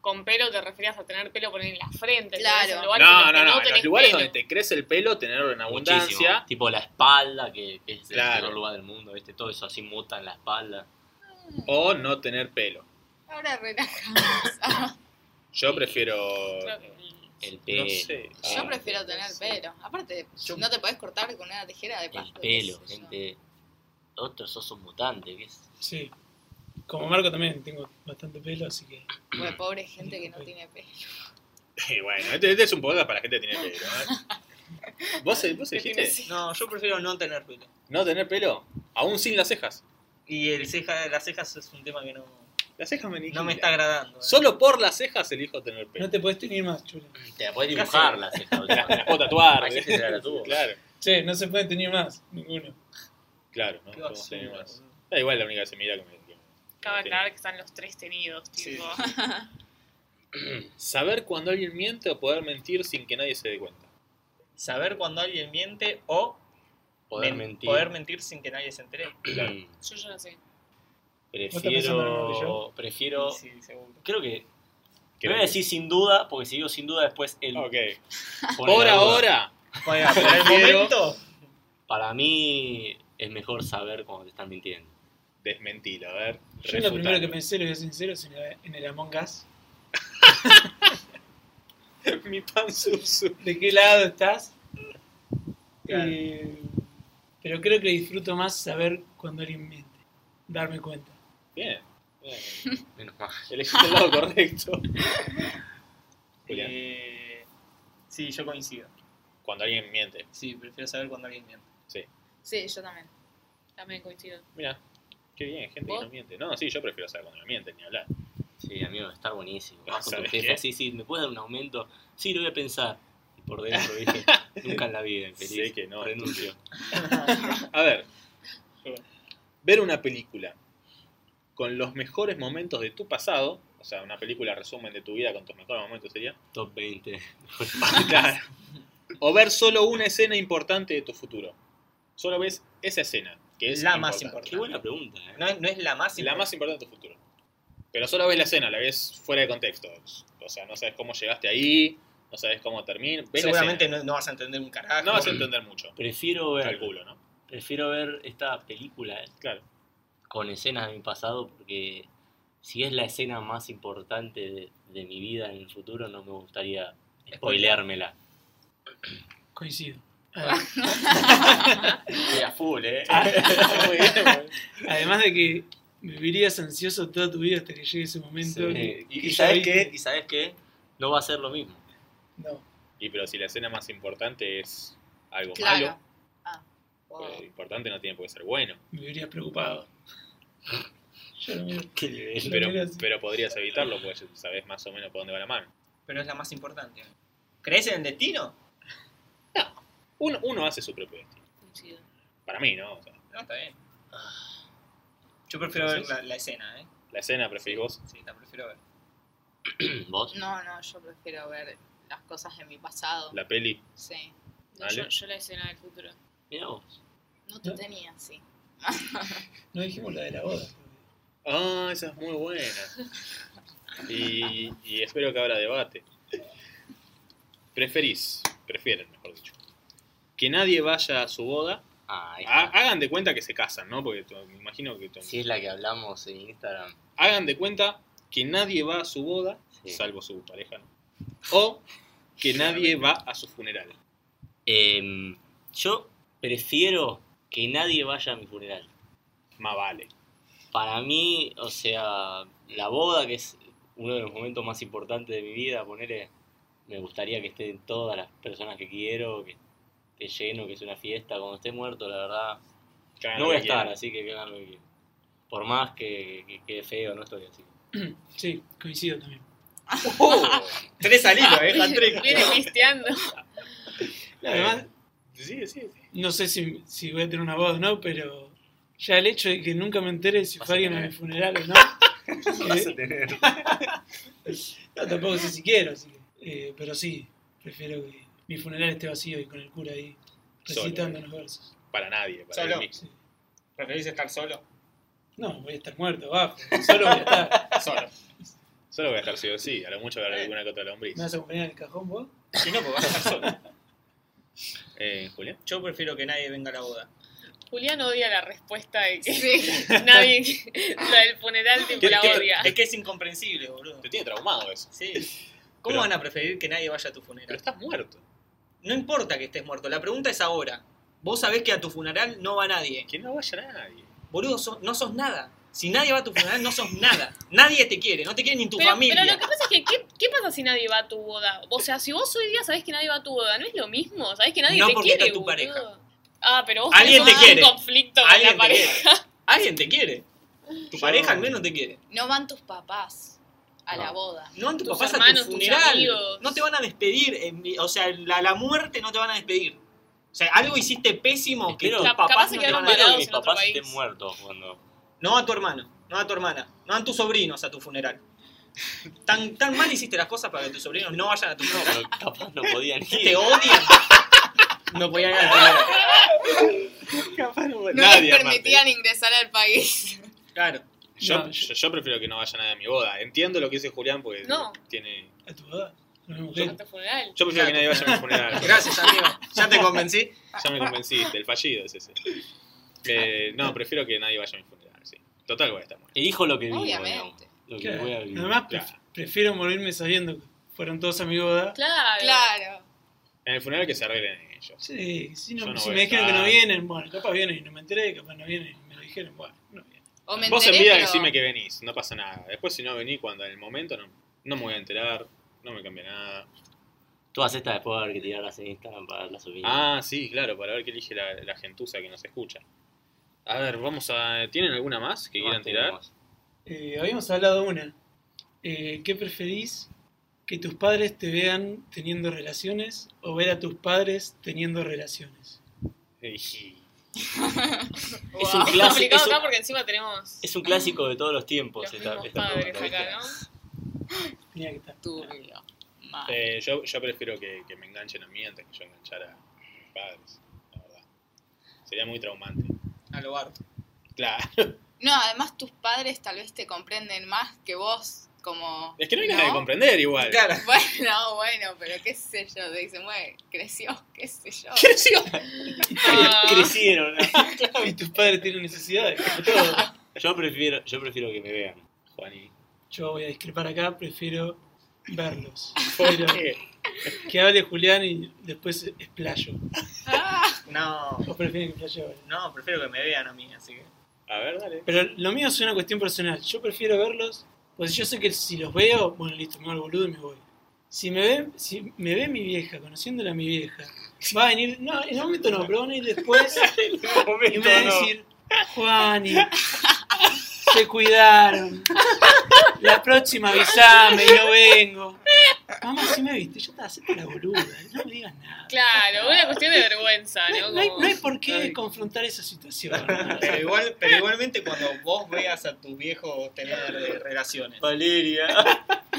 S4: con pelo te referías a tener pelo por ahí en la frente. que
S5: Claro.
S4: es el lugar en
S1: No,
S4: el
S1: no,
S4: que
S1: no. en los
S4: tenés
S1: lugares
S4: pelo.
S1: donde te crece el pelo, tenerlo en
S2: Muchísimo.
S1: abundancia.
S2: Tipo la espalda, que, que es
S1: Claro.
S2: el peor lugar del mundo, ¿viste? Todo eso así muta en la espalda.
S1: O no tener pelo.
S5: Mm, Ahora relajamos. Ah,
S1: Yo prefiero.
S4: Creo que el-
S2: El pelo.
S1: No sé.
S5: Yo
S1: Ah,
S5: prefiero tener pelo. Aparte,
S6: Yo-
S5: no te podés cortar con una tijera de
S2: El
S5: paja.
S2: pelo,
S5: qué sé yo.
S2: gente. Otro sos un mutante, ¿qué es?
S3: Sí. Como Marco también tengo bastante pelo, así que.
S5: Bueno, pobre gente que no tiene pelo.
S1: Y bueno, este, este es un podcast para la gente que tiene pelo. ¿eh? ¿Vos, vos
S4: Que tiene
S1: dijiste
S4: cejas.
S6: No, yo prefiero no tener pelo.
S1: no tener pelo? Aún sin las cejas.
S6: Y el ceja, las cejas es un tema que no,
S1: Las cejas me
S6: no
S1: aniquilan.
S6: me está agradando. ¿eh?
S1: Solo por las cejas elijo tener pelo. Ah,
S3: No te podés tener más, chulo.
S2: Te la podés dibujar la ceja, boludo.
S1: Me las puedo tatuar.
S2: Hay gente que la tatuó.
S1: Claro,
S3: Che, no se puede tener más, ninguno.
S1: claro. ¿no?
S6: Qué
S1: Podemos
S6: basura,
S1: tener más.
S6: boludo.
S1: Da igual la única semilla que me. que-
S4: Cabe
S1: que-
S4: aclarar que están los tres tenidos,
S6: Sí.
S4: tipo.
S1: Saber cuando alguien miente o poder mentir sin que nadie se dé cuenta.
S6: Saber cuando alguien miente o
S2: Poder
S6: men-
S2: mentir. Mm,
S6: poder mentir sin que nadie se entere.
S4: Yo ya sé.
S3: ¿Vos te pensás en lo
S2: Prefiero.
S3: mismo que yo?
S2: Prefiero.
S6: Sí, seguro.
S2: Creo que.
S1: ¿Qué
S2: voy a
S1: le-
S2: decir sin duda, porque si digo sin duda, después el.
S1: Ok.
S2: pone
S1: Por
S2: la duda.
S1: ahora,
S6: Bueno, pero el
S1: Prefiero-
S6: momento.
S2: Para mí es mejor saber cuando te están mintiendo.
S1: desmentir, a ver.
S3: Yo lo primero que
S1: refutalo.
S3: pensé, lo voy a ser sincero, es en, la- en el Among Us.
S1: Mi pan susu.
S3: ¿De qué lado estás?
S6: Claro.
S3: Eh, pero creo que disfruto más saber cuando alguien miente. Darme cuenta.
S1: Bien. bien.
S2: Menos mal.
S1: Elegiste el lado correcto. Julián.
S6: Eh, sí, yo coincido.
S1: Cuando alguien miente.
S6: Sí, prefiero saber cuando alguien miente.
S5: Sí, yo también.
S4: También coincido.
S1: Mira, qué bien, gente
S4: ¿Vos?
S1: que no miente. No, sí, yo prefiero saber cuando me mienten, ni hablar.
S2: Sí, amigo, está buenísimo.
S1: Ah,
S2: Vas con tu
S1: ¿sabes
S2: jefe,
S1: qué?
S2: sí, sí, ¿me puedes dar un aumento? Sí, lo voy a pensar. Y por dentro, ¿viste? Nunca en la vida, infeliz.
S1: Sé que no.
S2: Renuncio.
S1: A ver,
S6: Sí.
S1: ver una película con los mejores momentos de tu pasado, o sea, una película resumen de tu vida con tus mejores momentos sería.
S2: Top 20.
S1: Claro. O ver solo una escena importante de tu futuro. Solo ves esa escena, que es
S6: La más
S2: Qué buena pregunta, ¿eh?
S6: No, es- no es la más
S1: la más importante de tu futuro. Pero solo ves la escena, la ves fuera de contexto. O sea, no sabes cómo llegaste ahí, no sabes cómo termina. Ves la
S6: Seguramente
S1: escena.
S6: no, no vas a entender un carajo.
S1: no vas a entender mucho.
S2: Prefiero ver.
S1: Calculo, ¿no?
S2: Prefiero ver esta película eh,
S1: Claro.
S2: con escenas de mi pasado porque si es la escena más importante de, de mi vida en el futuro no me gustaría spoileármela.
S3: Coincido. Ah,
S1: Estoy a full, eh.
S2: Ah,
S3: Además de que vivirías ansioso toda tu vida hasta que llegue ese momento.
S2: Sí.
S3: que-
S6: Y,
S3: que
S6: y
S3: ya
S6: sabes
S3: viste.
S6: qué, y sabes qué,
S2: No va a ser lo mismo.
S3: No.
S1: Y pero si la escena más importante es algo
S5: Claro. Ah,
S1: malo,
S5: wow.
S1: lo importante no tiene por qué ser bueno.
S3: Vivirías preocupado. Yo lo miro. Lo
S1: Pero,
S3: miro así.
S1: pero podrías evitarlo porque sabes más o menos por dónde va la mano.
S6: pero es la más importante. ¿Crees en el destino?
S1: Uno, uno hace su propio destino.
S4: Coincido.
S1: Para mí, ¿no? O sea,
S6: No, está bien. Ah. Yo prefiero ver la, la escena, ¿eh?
S1: la escena preferís vos.
S6: Sí, la prefiero ver.
S2: Mm, ¿Vos?
S5: No, no, yo prefiero ver las cosas de mi pasado.
S1: La peli,
S5: Sí.
S4: No,
S1: Vale.
S4: yo, yo la escena del futuro.
S2: Mirá vos.
S5: No te
S3: ¿No?
S5: tenía, sí.
S3: No dijimos la de la boda.
S1: Ah, esa es muy buena. Y, y espero que habrá debate. Preferís, prefieren, mejor dicho, que nadie vaya a su boda.
S2: Ah, ahí
S1: Ha-
S2: está.
S1: hagan de cuenta que se casan, ¿no? Porque to- me imagino que. to-
S2: Si es la que hablamos en Instagram.
S1: Hagan de cuenta que nadie va a su boda,
S2: Sí.
S1: salvo su pareja, ¿no? O que nadie va a su funeral.
S2: Em, yo prefiero que nadie vaya a mi funeral.
S1: Más vale.
S2: Para mí, o sea, la boda, que es uno de los momentos más importantes de mi vida, ponele, me gustaría que estén todas las personas que quiero, que esté lleno, que es una fiesta. Cuando esté muerto, la verdad,
S1: Que hagan
S2: no
S1: lo
S2: voy a
S1: que quieran.
S2: estar, así que que hagan lo que quieran. Por más que que quede feo, no estoy así.
S3: Sí, coincido también.
S4: Uh,
S6: Tres al hilo, ¿eh? Hat trick.
S4: Viene pisteando.
S3: Además,
S1: Sí, sí, sí.
S3: no sé si, si voy a tener una boda o no, pero ya el hecho de que nunca me entere si
S2: Vas
S3: fue
S2: a
S3: alguien a mi
S2: tener.
S3: funeral o no.
S1: Vas
S3: eh,
S1: a tener.
S3: no, tampoco sé si quiero. así que, eh, pero sí, prefiero que mi funeral esté vacío y con el cura ahí
S1: Solo.
S3: recitando los versos.
S1: Para nadie, para
S6: Solo.
S1: mí mismo.
S3: Sí.
S6: ¿Preferís estar solo?
S3: No, voy a estar muerto, va. Solo voy a estar.
S6: Solo.
S1: Solo voy a estar sí o sí, a lo mucho habrá alguna que otra lombriz.
S3: ¿Me vas a acompañar en el cajón vos?
S6: Si no, pues vas a estar solo.
S1: Eh, Julián.
S6: Yo prefiero que nadie venga a la boda.
S4: Julián odia la respuesta de que
S5: Sí.
S4: nadie. la del funeral, tipo,
S1: ¿Qué-
S4: la
S1: qué-
S4: odia.
S6: Es que es incomprensible, boludo.
S1: Te tiene traumado eso.
S6: Sí. ¿Cómo
S1: Pero-
S6: van a preferir que nadie vaya a tu
S1: Pero
S6: funeral?
S1: estás muerto.
S6: No importa que estés muerto, la pregunta es ahora. Vos sabés que a tu funeral no va nadie.
S1: Que no vaya nadie.
S6: Boludo, sos- no sos nada. Si nadie va a tu funeral, no sos nada. Nadie te quiere, no te quiere ni tu
S4: pero,
S6: familia.
S4: pero lo que pasa es que, ¿qué, qué pasa si nadie va a tu boda? O sea, si vos hoy día sabés que nadie va a tu boda, ¿no es lo mismo? ¿Sabés que nadie
S6: No,
S4: te
S6: porque
S4: quiere?
S6: está tu
S4: boludo?
S6: pareja.
S4: Ah, pero vos
S6: Alguien
S4: tenés
S6: te
S4: un
S6: quiere.
S4: conflicto con la
S6: Alguien te
S4: pareja.
S6: quiere. Alguien te quiere. Tu
S1: Yo-
S6: pareja al menos te quiere.
S5: No van tus papás a la boda.
S6: No, tu
S4: Tus
S6: papás a
S4: hermanos,
S6: tu
S4: tus
S6: funeral.
S4: amigos.
S6: no te van a despedir. en mi- o sea, la, la muerte no te van a despedir. O sea, algo hiciste pésimo que
S2: Espero-
S6: tus
S2: Cap-
S4: capaz
S6: papás
S4: se
S6: no te
S4: quedaron
S6: van a
S2: Espero que
S4: varados
S6: despedir.
S2: mis
S4: en otro
S2: papás
S4: país.
S2: estén muertos cuando...
S6: No a tu hermano, no a tu hermana, no a tus sobrinos a tu funeral. Tan, tan mal hiciste las cosas para que tus sobrinos no vayan a tu funeral.
S2: Pero capaz no podían
S6: Te
S2: ir.
S6: odian. No podían ir al funeral.
S5: No
S1: nadie,
S5: les
S1: aparte.
S5: permitían ingresar al país.
S6: Claro.
S1: Yo,
S3: No,
S1: yo, yo prefiero que no vaya nadie a mi boda. Entiendo lo que dice Julián porque
S4: No.
S1: tiene.
S3: ¿A tu boda? ¿No me
S4: A
S3: mujer?
S4: tu funeral.
S1: Yo prefiero que nadie vaya a mi funeral.
S6: Gracias, amigo. Ya te convencí.
S1: Ya me convenciste, el fallido es ese. Eh, no, prefiero que nadie vaya a mi funeral, sí. Total voy a estar muerto.
S2: Elijo lo que vivo, digamos.
S5: Obviamente.
S2: Lo que
S3: Claro.
S2: voy a vivir.
S3: Además, pref-
S1: Claro.
S3: prefiero morirme sabiendo que fueron todos a mi boda.
S4: Claro.
S5: Claro.
S1: En el funeral que se arreglen ellos.
S3: Sí, si, no-
S1: Yo no
S3: si
S1: voy
S3: me
S1: a
S3: dijeron que no
S1: estar.
S3: vienen, bueno, capaz vienen y no me enteré, capaz no vienen y me lo dijeron, bueno, no vienen.
S5: O me
S1: Vos
S5: enteré,
S1: envía
S5: pero-
S1: decime que venís, no pasa nada. Después si no venís cuando en el momento no, no me voy a enterar, no me cambia nada.
S2: Todas estas después va a haber que tirarlas en Instagram para las subir.
S1: Ah, sí, claro, para ver qué elige la, la gentuza que nos escucha. A ver, vamos a. ¿Tienen alguna más que
S2: ¿Qué
S1: quieran
S2: más
S1: tirar?
S2: tenemos?
S3: Eh, habíamos hablado una. Eh, ¿Qué preferís? ¿Que tus padres te vean teniendo relaciones o ver a tus padres teniendo relaciones?
S1: Ey,
S2: Es un
S4: Es
S2: clásico.
S4: complicado
S2: es un-
S4: acá porque encima tenemos
S2: Es un clásico de todos los tiempos.
S4: los
S2: esta-
S4: mismos
S2: esta
S4: padres
S2: pregunta,
S4: acá, ¿no?
S2: ¿viste?
S3: Tenía que estar.
S5: Turbio. Mal.
S1: Eh, yo, yo prefiero que, que me enganchen a mí antes que yo enganchar a mis padres, la verdad. Sería muy traumante.
S6: A lo barro.
S1: Claro.
S5: No, además tus padres tal vez te comprenden más que vos, como...
S1: Es que no hay nada que comprender igual.
S6: Claro.
S5: Bueno, bueno, pero qué sé yo, te dicen, bueno, creció, qué sé yo.
S4: Ah,
S2: Crecieron. ¿eh?
S3: Y tus padres tienen necesidades, como todo.
S2: Yo prefiero, yo prefiero que me vean.
S1: Juani.
S3: Yo voy a discrepar acá, prefiero verlos. Pero
S1: Eh,
S3: que hable Julián y después explayo.
S5: Ah,
S6: No,
S3: O prefieren que explaye ahora.
S6: no, prefiero que me vean a mí, así que.
S1: A ver, dale.
S3: Pero lo mío es una cuestión personal. Yo prefiero verlos, pues yo sé que si los veo, bueno, listo, me hago el boludo y me voy. Si me ve, si me ve mi vieja, conociéndola a mi vieja, va a venir, no, en un momento no, pero va a venir después y me va a decir, Juani, se cuidaron. La próxima avisame y no vengo. Mamá, si me viste, yo te hacete la boluda, no me digas nada.
S4: Claro, una cuestión de vergüenza, ¿no?
S3: No hay, no hay
S4: Como-
S3: por qué
S6: Ay.
S3: confrontar esa situación. ¿no?
S6: Pero, igual, pero igualmente cuando vos veas a tu viejo tener eh, relaciones,
S2: Valeria.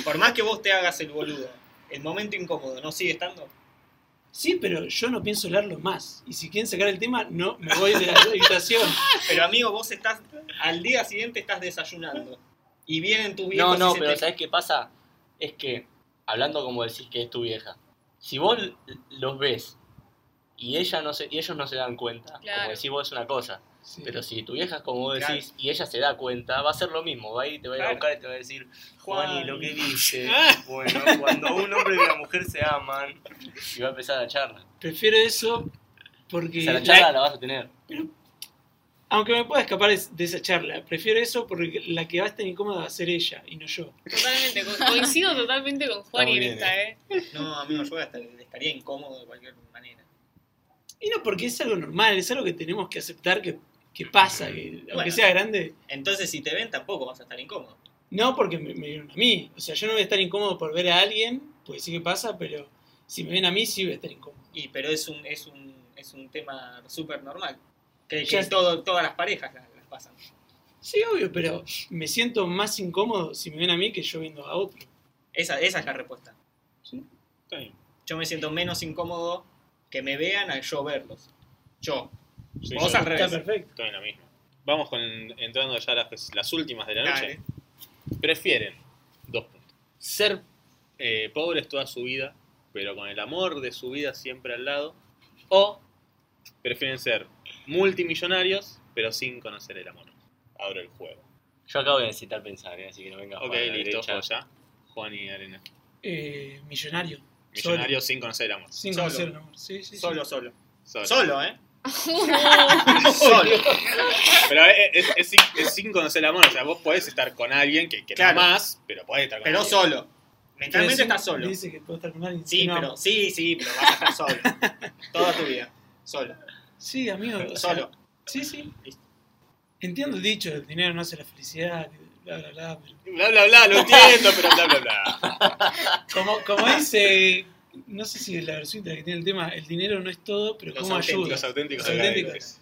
S6: por más que vos te hagas el boludo, el momento incómodo no sigue estando.
S3: Sí, pero yo no pienso hablarlo más. Y si quieren sacar el tema, no me voy de la habitación.
S6: Pero amigo, vos estás, al día siguiente estás desayunando. Y vienen tus
S2: No,
S6: viejos y
S2: no,
S6: se
S2: pero
S6: te-
S2: ¿sabes qué pasa? Es que, hablando como decís que es tu vieja, si vos l- los ves y ella no se, y ellos no se dan cuenta,
S4: Claro.
S2: como decís vos es una cosa,
S3: Sí.
S2: pero si tu vieja es como vos decís y ella se da cuenta, va a ser lo mismo, va a ir, te va a ir a
S6: Claro.
S2: buscar y te va a decir, Juan, y lo que dice,
S3: Ah.
S2: bueno, cuando un hombre y una mujer se aman, y va a empezar la charla.
S3: Prefiero eso porque...
S2: O sea, la
S3: la-
S2: charla la vas a tener.
S3: aunque me pueda escapar es- de esa charla, prefiero eso porque la que va a estar incómoda va a ser ella y no yo.
S4: Totalmente, co- coincido totalmente con Juan
S2: muy
S4: y en
S2: bien,
S4: esta, ¿eh?
S6: No, amigo, yo hasta estaría incómodo de cualquier manera.
S3: Y no porque es algo normal, es algo que tenemos que aceptar que, que pasa, que aunque
S6: Bueno.
S3: sea grande.
S6: Entonces, si te ven, tampoco vas a estar incómodo.
S3: No porque me, me vieron a mí. O sea, yo no voy a estar incómodo por ver a alguien, pues sí que pasa, pero si me ven a mí sí voy a estar incómodo.
S6: Y, pero es un, es un, es un tema súper normal. Que,
S3: Ya
S6: que
S3: sé.
S6: todo, todas las parejas las, las pasan.
S3: Sí, obvio, pero me siento más incómodo si me ven a mí que yo viendo a otro.
S6: Esa, esa es la respuesta.
S1: Está bien.
S6: Yo me siento menos incómodo que me vean al yo verlos. Yo.
S1: Sí,
S6: Vos
S1: yo
S6: al revés.
S3: Está perfecto.
S1: estoy en la misma. Vamos con entrando ya a las, las últimas de la noche.
S6: Dale.
S1: Prefieren, dos puntos, ser eh, pobres toda su vida, pero con el amor de su vida siempre al lado, o prefieren ser multimillonarios, pero sin conocer el amor. Abro el juego.
S2: Yo acabo de necesitar pensar, ¿eh? así que no venga
S1: Ok,
S2: Juan a la
S1: listo, pues
S2: derecha.
S1: joya. Juan y Arena.
S3: Eh, millonario.
S1: Millonarios sin conocer el amor.
S3: Solo. Sin
S6: Solo.
S3: conocer el amor. Sí, sí, sí.
S6: Solo, solo.
S1: Solo.
S6: Solo, ¿eh?
S1: Solo. Pero eh, es, es sin, es sin conocer el amor. O sea, vos podés estar con alguien que, que no
S6: Claro.
S1: amás, pero podés estar con
S6: Pero
S1: alguien.
S6: solo.
S3: Pero
S6: Mentalmente
S3: sí,
S6: estás solo.
S3: Dice que puedo estar con alguien.
S6: Sí,
S3: no.
S6: pero sí, sí, pero vas a estar solo. Toda tu vida. Solo.
S3: Sí, amigo. o sea,
S6: Solo.
S3: Sí, sí.
S6: Listo.
S3: Entiendo el dicho, el dinero no hace la felicidad, que bla, bla, bla. pero-
S1: Bla, bla, bla, lo entiendo, pero bla, bla, bla.
S3: Como, como dice, no sé si es la versión que tiene el tema, el dinero no es todo, pero
S6: Los
S3: cómo ayuda.
S1: Los auténticos
S3: Los auténticos.
S1: académicos.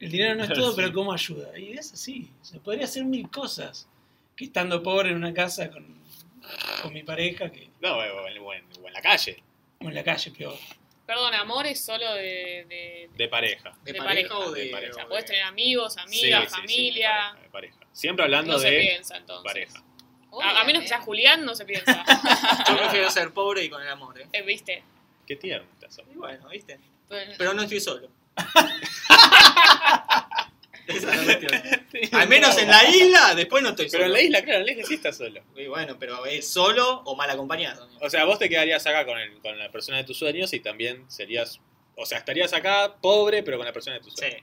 S3: El dinero no es todo, pero
S1: Sí.
S3: cómo ayuda. Y es así. O sea, podría hacer mil cosas que estando pobre en una casa con, con mi pareja, que,
S1: No, o en, o en- o en la calle,
S3: o en la calle, peor.
S4: Perdón, amor es solo de. de-
S1: de pareja.
S6: De,
S4: De
S6: pareja
S4: pareja,
S6: o
S1: de
S6: de.
S1: pareja.
S6: o de-
S4: Podés tener amigos,
S1: Sí,
S4: amigas,
S1: sí, sí, de
S4: familia.
S1: pareja, de pareja. Siempre hablando
S4: no se
S1: de
S4: piensa entonces.
S1: pareja.
S4: A, a menos que sea Julián, no se piensa.
S6: Yo prefiero ser pobre y con el amor, ¿eh?
S4: Eh, ¿Viste?
S1: Qué tierno estás.
S6: Y bueno, ¿viste?
S5: Pero-
S6: Pero no estoy solo. Esa es la cuestión. Al menos en la isla, después no estoy
S1: Pero
S6: solo.
S1: en la isla, claro, en la isla sí estás solo.
S6: Y bueno, pero es solo o mal acompañado.
S1: O sea, vos te quedarías acá con, el, con la persona de tus sueños y también serías. O sea, estarías acá pobre, pero con la persona de tus
S6: Sí.
S1: sueños.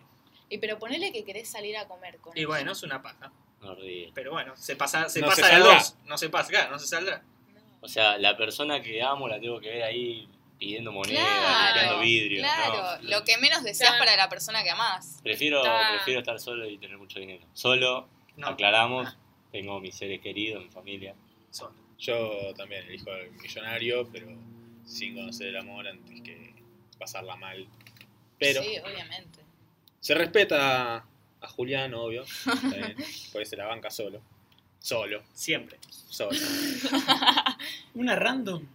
S5: Y pero ponele que querés salir a comer con
S6: Y
S5: ella.
S6: bueno, es una paja.
S2: Horrible.
S6: Pero bueno, se pasa, se
S1: No
S6: pasa
S1: se
S6: de a
S1: saldrá.
S6: dos. No se pasa, claro, no se saldrá.
S2: O sea, la persona que amo la tengo que ver ahí pidiendo moneda,
S5: Claro.
S2: limpiando
S1: Limpiando vidrio.
S5: Claro,
S1: no.
S5: lo que menos deseas
S4: Claro.
S5: para la persona que amás.
S2: Prefiero,
S4: Está-
S2: prefiero estar solo y tener mucho dinero. Solo,
S6: No,
S2: aclaramos, tengo mis seres queridos, mi familia.
S6: solo.
S1: Yo también elijo al millonario, pero sin conocer el amor antes que pasarla mal. Pero
S5: Sí, obviamente.
S1: se respeta a Julián, obvio. Está bien. Puede ser la banca solo. Solo,
S6: Siempre.
S1: solo.
S3: Una random.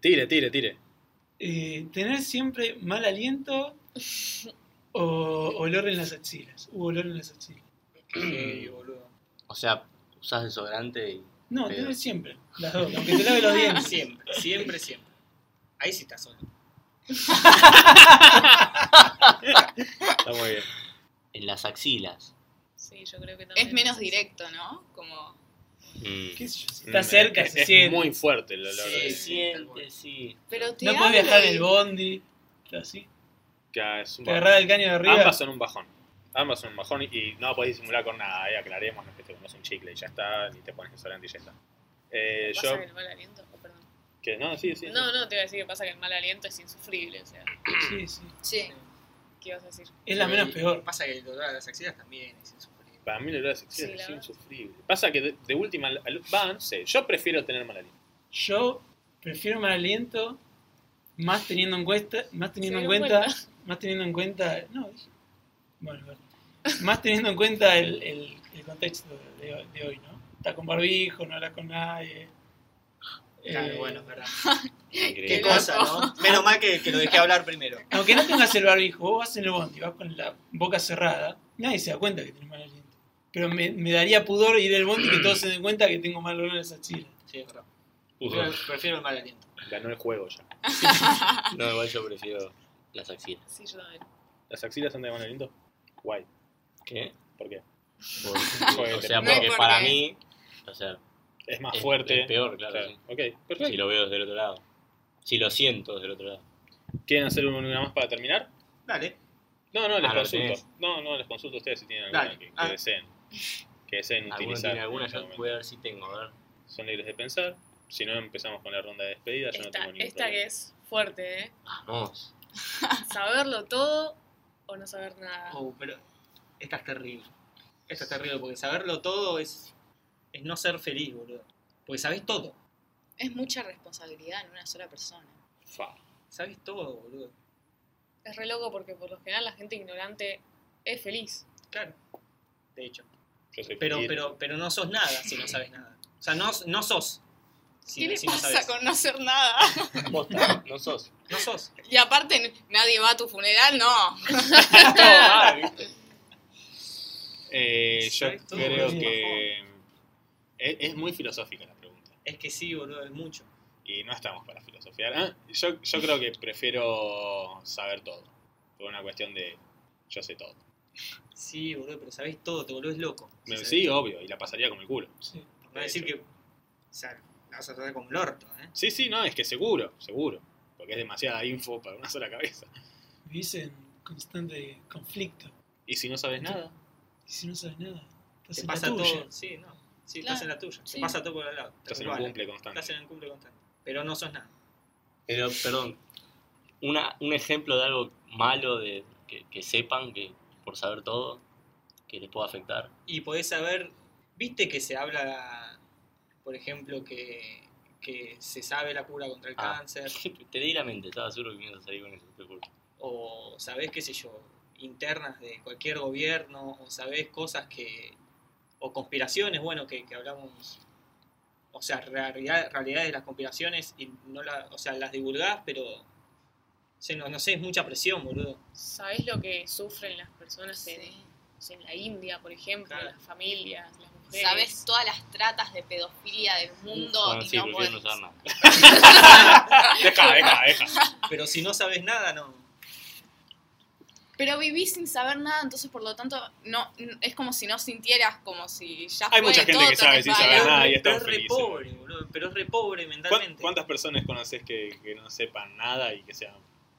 S1: Tire, tire, tire.
S3: Eh, tener siempre mal aliento o olor en las axilas. U olor en las axilas.
S6: Sí, boludo.
S2: O sea, usás desodorante y...
S3: No,
S2: Pero-
S3: tener siempre. Las dos. Aunque te lave los dientes.
S6: Siempre, siempre, siempre. Ahí sí estás solo.
S1: Está muy bien.
S2: En las axilas.
S4: Sí, yo creo que también.
S5: Es menos directo, ¿no? Como.
S2: Mm.
S3: ¿Qué sé yo? si
S1: Mm,
S3: Está cerca,
S1: es,
S3: se
S1: es
S3: siente.
S1: muy fuerte el olor.
S2: Se
S1: de-
S2: siente, sí.
S5: Pero te
S3: No podés
S5: hablo
S3: viajar en
S5: y-
S3: el bondi. Así.
S1: que es un
S3: Te
S1: bajón.
S3: agarrás el caño de arriba.
S1: Ambas son un bajón. Ambas son un bajón y no podés disimular con nada. Ahí aclaremos, no es que te comes un chicle y ya está, ni te pones desodorante y ya está. Eh,
S4: ¿Pasa
S1: yo,
S4: que el mal aliento? Oh, perdón.
S1: que no, sí, sí.
S4: No, no, te iba a decir que pasa que el mal aliento es insufrible. O sea,
S3: Sí, sí.
S5: Sí.
S4: ¿qué ibas a decir?
S3: Es la menos peor.
S6: Pasa que el dolor a las axilas también es insufrible.
S1: Para mí el olor a sección
S4: Sí, la
S1: es
S4: verdad.
S1: insufrible. Pasa que de, de última, al- al- va, no sé, yo prefiero tener mal aliento.
S3: Yo prefiero mal aliento más teniendo en cuenta, más teniendo
S4: Se
S3: en
S4: dieron
S3: cuenta, más teniendo en cuenta, no, dije- bueno, bueno. más teniendo en cuenta el, el- el contexto de, hoy- de hoy, ¿no? Estás con barbijo, no hablas con nadie. Eh,
S6: Claro, bueno, es verdad. Qué
S2: Increíble.
S6: cosa, ¿no? Menos mal que, que lo dejé hablar primero.
S3: Aunque no tengas el barbijo, vos vas en el bondi, vas con la boca cerrada, nadie se da cuenta que tenés mal aliento. Pero me, me daría pudor ir al bondi y que todos se den cuenta que tengo mal olor en las axilas.
S6: Sí, es verdad.
S1: Uf,
S6: Prefiero, prefiero el mal aliento.
S1: ganó el juego ya.
S2: No, igual yo prefiero las axilas.
S4: Sí, yo también.
S1: ¿Las axilas son de mal aliento? Guay.
S2: ¿Qué?
S1: ¿Por qué?
S2: Por- o sea,
S1: No,
S2: porque
S5: porque-
S2: para mí, o sea,
S1: Es más
S2: es,
S1: fuerte.
S2: es peor, claro.
S1: Claro.
S2: sí.
S1: Ok, perfecto.
S2: Si lo veo desde el otro lado. Si lo siento desde el otro lado.
S1: ¿Quieren hacer una más para terminar?
S6: Dale.
S1: No, no, les
S2: Ah, ¿lo
S1: consulto.
S2: tenés?
S1: No, no, les consulto a ustedes si tienen alguna
S6: Dale.
S1: que, que
S6: Ah.
S1: deseen. Que deseen
S2: ¿Alguna
S1: utilizar.
S2: tiene alguna?
S1: en este
S2: Yo
S1: momento.
S2: voy a ver si tengo, a ver.
S1: Son libres de pensar. Si no, empezamos con la ronda de despedida. Yo no
S4: Esta,
S1: tengo ningún
S4: esta que
S1: problema.
S4: es fuerte, ¿eh?
S2: Ah, Vamos.
S4: Saberlo todo o no saber nada.
S6: Oh, pero esta es terrible. Esta es terrible porque saberlo todo es, es no ser feliz, boludo. Porque sabés todo.
S5: Es mucha responsabilidad en una sola persona.
S1: Fa.
S6: Sabés todo, boludo.
S4: Es re loco porque por lo general la gente ignorante es feliz.
S6: Claro. De hecho.
S1: Yo soy
S6: Pero,
S1: feliz.
S6: pero, pero no sos nada si no sabes nada. O sea, no, no sos. Si,
S5: ¿Qué le
S6: si no
S5: pasa
S6: sabés.
S5: con no hacer nada?
S2: Posta, no sos.
S6: No sos.
S5: Y aparte, n- nadie va a tu funeral, no.
S4: Ah,
S1: Eh, yo
S6: ¿Sabes todo?
S1: creo
S3: Sí.
S1: que. Es, es muy filosófica la pregunta.
S6: Es que sí, boludo, es mucho.
S1: Y no estamos para filosofiar. Ah, yo, yo creo que prefiero saber todo. Por una cuestión de. Yo sé todo.
S6: Sí, boludo, pero sabés todo, te volvés loco.
S1: Me-
S6: Si
S1: sí,
S6: sabés-
S1: obvio. Y la pasaría como el culo.
S3: Sí.
S6: No va a decir que. O sea, la vas a tratar como el orto, ¿eh?
S1: Sí, sí, no, es que seguro, seguro. Porque es demasiada info para una sola cabeza.
S3: Vivís en constante conflicto.
S1: Y si no sabes nada,
S3: Y si no sabes nada, estás
S6: Te
S3: en
S6: pasa
S3: la tuya.
S6: todo. Sí, no. Sí,
S5: Claro,
S6: estás en la tuya.
S5: sí.
S6: Te pasa todo por el lado.
S1: estás en un cumple constante.
S6: Estás en el cumple constante. Pero no sos nada.
S2: Pero, perdón. Una, un ejemplo de algo malo de que, que sepan que por saber todo que les pueda afectar.
S6: Y podés saber. ¿Viste que se habla, por ejemplo, que, que se sabe la cura contra el
S2: Ah.
S6: cáncer?
S2: Te di la mente, estaba seguro que me ibas a salir con eso. te juro.
S6: o sabés, qué sé yo, internas de cualquier gobierno, o sabés cosas que, o conspiraciones, bueno, que, que hablamos, o sea, realidad, realidades de las conspiraciones, y no la, o sea, las divulgás, pero, o sea, no, no sé, es mucha presión, boludo.
S4: ¿Sabés lo que sufren las personas en, pues,
S5: Sí.
S4: en la India, por ejemplo?
S6: Claro.
S4: Las familias, las mujeres.
S5: Sabes todas las tratas de pedofilia del mundo
S2: Bueno,
S5: y
S2: sí,
S5: no
S2: prefiero
S5: podés.
S2: no saber nada.
S1: Deja, deja, deja.
S6: Pero si no sabés nada, no.
S5: Pero vivís sin saber nada, entonces por lo tanto no n- es como si no sintieras, como si ya
S1: Hay
S5: fue
S1: mucha gente
S5: todo
S1: que sabe sin
S5: tan
S1: saber
S5: raro.
S1: nada. y
S6: pero
S1: están
S6: es re
S1: felices.
S6: pobre, boludo, pero es re pobre
S1: eh. ¿Cuán-
S6: mentalmente.
S1: ¿Cuántas personas conoces que, que no sepan nada y que sean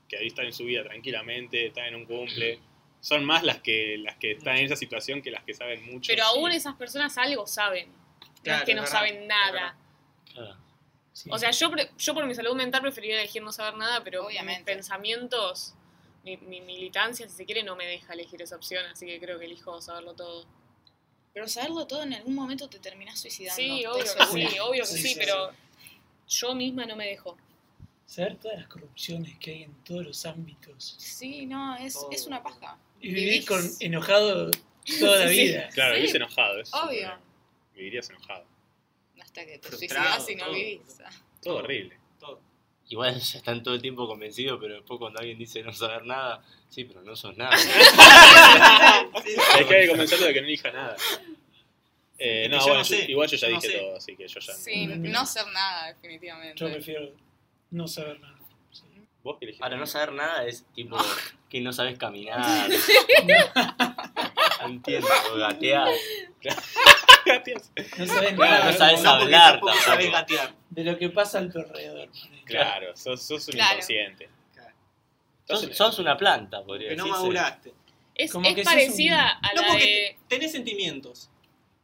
S1: que ahí están en su vida tranquilamente, están en un cumple? Son más las que las que están en esa situación que las que saben mucho.
S4: Pero aún esas personas algo saben. no es
S6: Claro,
S4: que no
S6: es verdad,
S4: saben
S6: es
S4: nada.
S6: verdad.
S2: Claro.
S3: Sí.
S4: O sea, yo, pre- yo por mi salud mental preferiría elegir no saber nada, pero mis
S5: Obviamente.
S4: pensamientos, mi, mi militancia, si se quiere, no me deja elegir esa opción, así que creo que elijo saberlo todo.
S5: Pero saberlo todo en algún momento te terminás suicidando.
S4: Sí,
S5: te
S4: obvio que
S5: seguro.
S4: sí, obvio que
S3: Sí,
S4: sí,
S3: sí,
S4: pero yo misma no me dejo.
S3: Saber todas las corrupciones que hay en todos los ámbitos.
S5: Sí, no, es,
S6: Todo.
S5: es una paja.
S3: Y vivir
S5: Vivís-
S3: con enojado toda la
S5: Sí, sí.
S3: vida.
S1: Claro,
S5: Sí.
S1: vivís enojado. ese es el
S5: Obvio.
S1: problema. Vivirías enojado.
S5: Hasta que te
S6: Frustrado,
S5: suicidás y no
S6: todo.
S5: vivís.
S1: Todo horrible.
S6: Todo.
S2: Igual ya están todo el tiempo convencidos, pero después cuando alguien dice no saber nada, sí, pero no sos nada.
S6: Ah, Sí,
S1: Hay que convencerlo de que no elija nada. Eh,
S6: Es que
S1: no,
S6: yo
S1: bueno, yo-
S6: no sé,
S1: igual yo ya
S6: yo no
S1: dije
S6: sé.
S1: todo, así que yo ya.
S5: Sí,
S3: Mm.
S5: no ser nada, definitivamente.
S3: Yo prefiero no saber nada. Sí.
S1: ¿Vos qué elegiste?
S2: Ahora, no saber nada es tipo que no sabes caminar. entiendo, gatear.
S3: No sabes
S1: Claro,
S3: nada
S2: no sabes
S3: como-
S6: No, porque
S2: hablar
S6: tampoco
S2: tampoco.
S6: sabés gatear.
S3: de lo que pasa a tu alrededor.
S1: Claro, sos, sos un
S5: Claro.
S1: inconsciente.
S2: Sos, sos una planta, podría
S6: Que no
S2: decirse.
S6: maduraste.
S4: Es,
S3: Como
S4: es
S3: que sos
S4: parecida a
S6: No,
S4: la
S6: porque
S4: de.
S6: te- tenés sentimientos.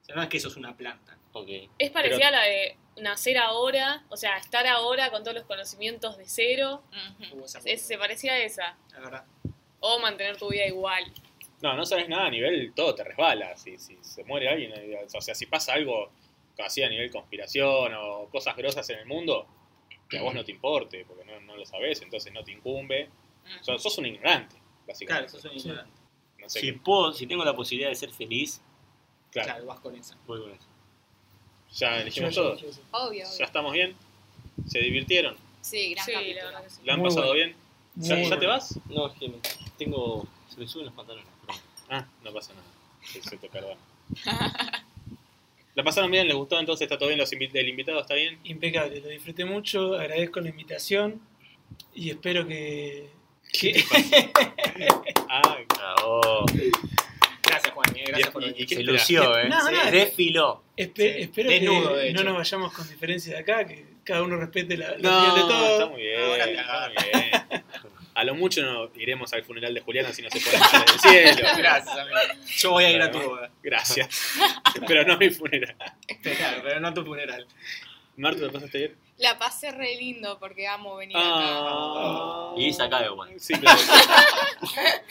S6: O sea, no es que sos una planta.
S2: Ok.
S4: Es parecida a la de nacer ahora, o sea, estar ahora con todos los conocimientos de cero.
S5: Ujú.
S6: Hubo esa-
S4: Es- se parecía a esa.
S6: La verdad.
S4: O mantener tu vida igual.
S1: No, no sabes nada a nivel, todo te resbala. Si, si se muere alguien, eh, o sea, si pasa algo así a nivel conspiración o cosas grosas en el mundo, que a vos no te importe, porque no, no lo sabés, entonces no te incumbe. O sea, sos un ignorante,
S6: Claro,
S1: básicamente.
S6: sos un ignorante.
S1: No sé
S2: Si
S1: qué-
S2: puedo, si tengo la posibilidad de ser feliz,
S1: claro,
S6: Claro, vas con esa.
S2: voy con eso.
S1: ya
S3: Yo-
S1: elegimos
S3: yo-
S1: todo.
S3: yo-
S5: Obvio,
S1: Ya
S5: obvio.
S1: estamos bien. ¿Se divirtieron?
S5: Sí, gran
S4: sí, la
S5: capítulo.
S4: verdad que sí.
S1: ¿La han
S3: Muy
S1: pasado
S3: bueno.
S1: bien? ¿Ya,
S3: Muy
S1: ya te
S3: bueno.
S1: vas?
S2: No, es que me- tengo. Se me suben los pantalones.
S1: Ah, no pasa nada. Se, se te perdona. ¿La pasaron bien? ¿Les gustó? Entonces está todo bien. Los invi- ¿El invitado está bien?
S3: Impecable, lo disfruté mucho, agradezco la invitación y espero que... que-
S1: Ah,
S2: Bravo.
S6: Gracias, Juan. eh, Gracias
S1: ¿Y-
S6: por
S1: y-
S6: venir.
S1: y qué
S2: oh, Se
S1: esperás?
S2: lució, ¿eh?
S3: No, no,
S2: Se Desfiló.
S3: espe-
S6: Sí.
S3: Espero
S6: Desnudo, de
S3: que
S6: hecho.
S3: no nos vayamos con diferencias de acá, que cada uno respete la, la
S1: No,
S3: opinión de
S1: está
S3: todos.
S1: muy bien.
S6: Ahora te
S1: está
S6: agarro.
S1: muy bien. A lo mucho no iremos al funeral de Juliana si no se pone en el cielo.
S6: Gracias, amigo. Yo voy a ir a tu
S1: Bueno.
S6: boda.
S1: Gracias. Pero no a mi funeral.
S6: Claro, pero no a tu funeral.
S1: Marta, ¿lo pasaste bien?
S5: La pasé re lindo porque amo venir acá.
S1: Ah.
S2: Y saca de igual.
S1: Sí, claro.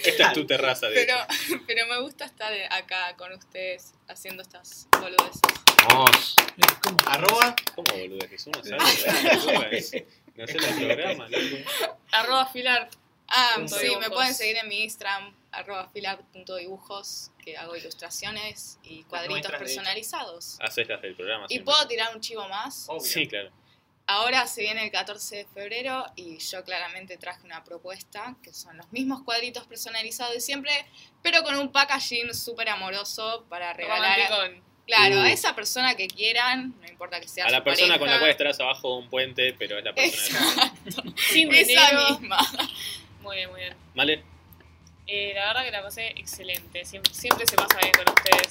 S1: Esta es tu terraza. De
S5: Pero,
S1: hecho.
S5: pero me gusta estar acá con ustedes haciendo estas boludeces.
S2: Vamos.
S3: ¿Cómo?
S6: Arroba.
S1: ¿Cómo, boludo? Que uno sabe. No sé el programa. loco.
S4: Arroba filar.
S5: Ah,
S6: Punto
S5: sí, me
S4: dibujos.
S5: pueden seguir en mi Instagram, arroba filab.dibujos, que hago ilustraciones y cuadritos
S6: nuestras, de hecho.
S5: personalizados.
S1: Haces las del programa.
S5: Y
S1: Ah, siempre.
S5: puedo tirar un chivo más.
S6: Obvio.
S1: Sí, claro.
S5: Ahora se viene el 14 de febrero y yo claramente traje una propuesta, que son los mismos cuadritos personalizados de siempre, pero con un packaging súper amoroso para regalar.
S4: Romanticón.
S5: Claro,
S1: Uh.
S5: a esa persona que quieran, no importa que sea
S1: A
S5: su
S1: la persona con la
S5: pareja,
S1: cual estarás abajo de un puente, pero es la persona. de-
S4: Sin
S5: Esa
S4: dinero.
S5: misma.
S4: Muy bien, muy bien.
S1: ¿Vale?
S4: Eh, la verdad que la pasé excelente. Siempre, siempre se pasa bien con ustedes.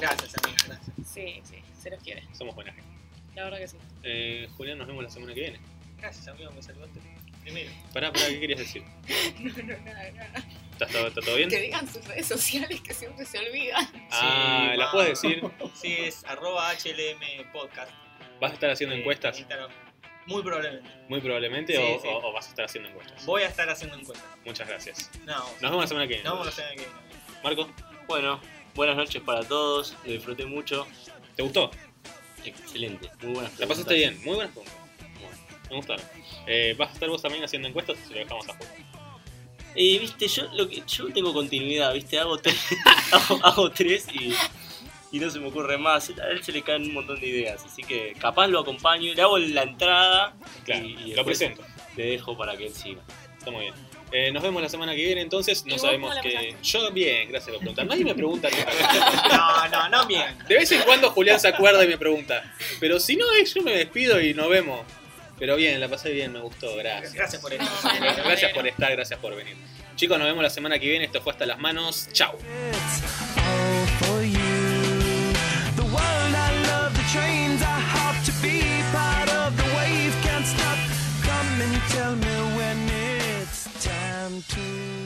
S6: Gracias, amigo. Gracias.
S4: Sí, sí, se los quiere.
S1: Somos buena gente.
S4: La verdad que sí.
S1: Eh, Julián, nos vemos la semana que viene.
S6: Gracias, amigo. Me saludaste primero.
S1: Pará, pará, ¿qué querías decir?
S5: No, no, nada, nada.
S1: ¿Está todo, está todo bien?
S5: Que digan sus redes sociales que siempre se olvidan.
S1: Ah,
S6: Sí,
S1: ¿las
S6: va.
S1: puedes decir?
S6: Sí, es arroba HLM podcast.
S1: ¿Vas a estar haciendo
S6: Eh,
S1: encuestas?
S6: Instagram. Muy probablemente.
S1: Muy probablemente,
S6: Sí,
S1: o,
S6: sí.
S1: o- o vas a estar haciendo encuestas.
S6: Voy a estar haciendo encuestas.
S1: Muchas gracias.
S6: No,
S1: Nos vemos la semana que viene.
S6: no vamos a tener que.
S1: Marco,
S2: Bueno, buenas noches para todos. Lo disfruté mucho.
S1: ¿te gustó?
S2: Excelente. Muy buenas preguntas.
S1: ¿La pasaste bien? Muy buenas preguntas. Me gustaron. Eh, ¿Vas a estar vos también haciendo encuestas? Si lo dejamos a Juan.
S2: Eh, viste, yo, lo que, yo tengo continuidad, viste. Hago tres, hago, hago tres y, y no se me ocurre más. A él se le caen un montón de ideas. Así que capaz lo acompaño. Le hago la entrada.
S1: Claro,
S2: Y- y
S1: lo
S2: después-
S1: presento.
S2: Le dejo para que él siga.
S1: Está muy bien. Eh, nos vemos la semana que viene, entonces.
S4: ¿Y
S1: No
S4: vos
S1: sabemos
S4: cómo la
S1: que.
S4: pasaste?
S1: Yo bien, gracias por preguntar. Nadie me pregunta nunca.
S6: No, no, no bien.
S1: De vez en cuando Julián se acuerda y me pregunta. Pero si no es, yo me despido y nos vemos. Pero bien, la pasé bien, me gustó, gracias.
S6: Gracias por esto.
S1: Gracias, gracias por estar, gracias por venir. Chicos, nos vemos la semana que viene. Esto fue Hasta las Manos. Chao.
S7: all for you. The world I love, the trains I hop to be part of the wave can't stop. Come and tell me when it's time to.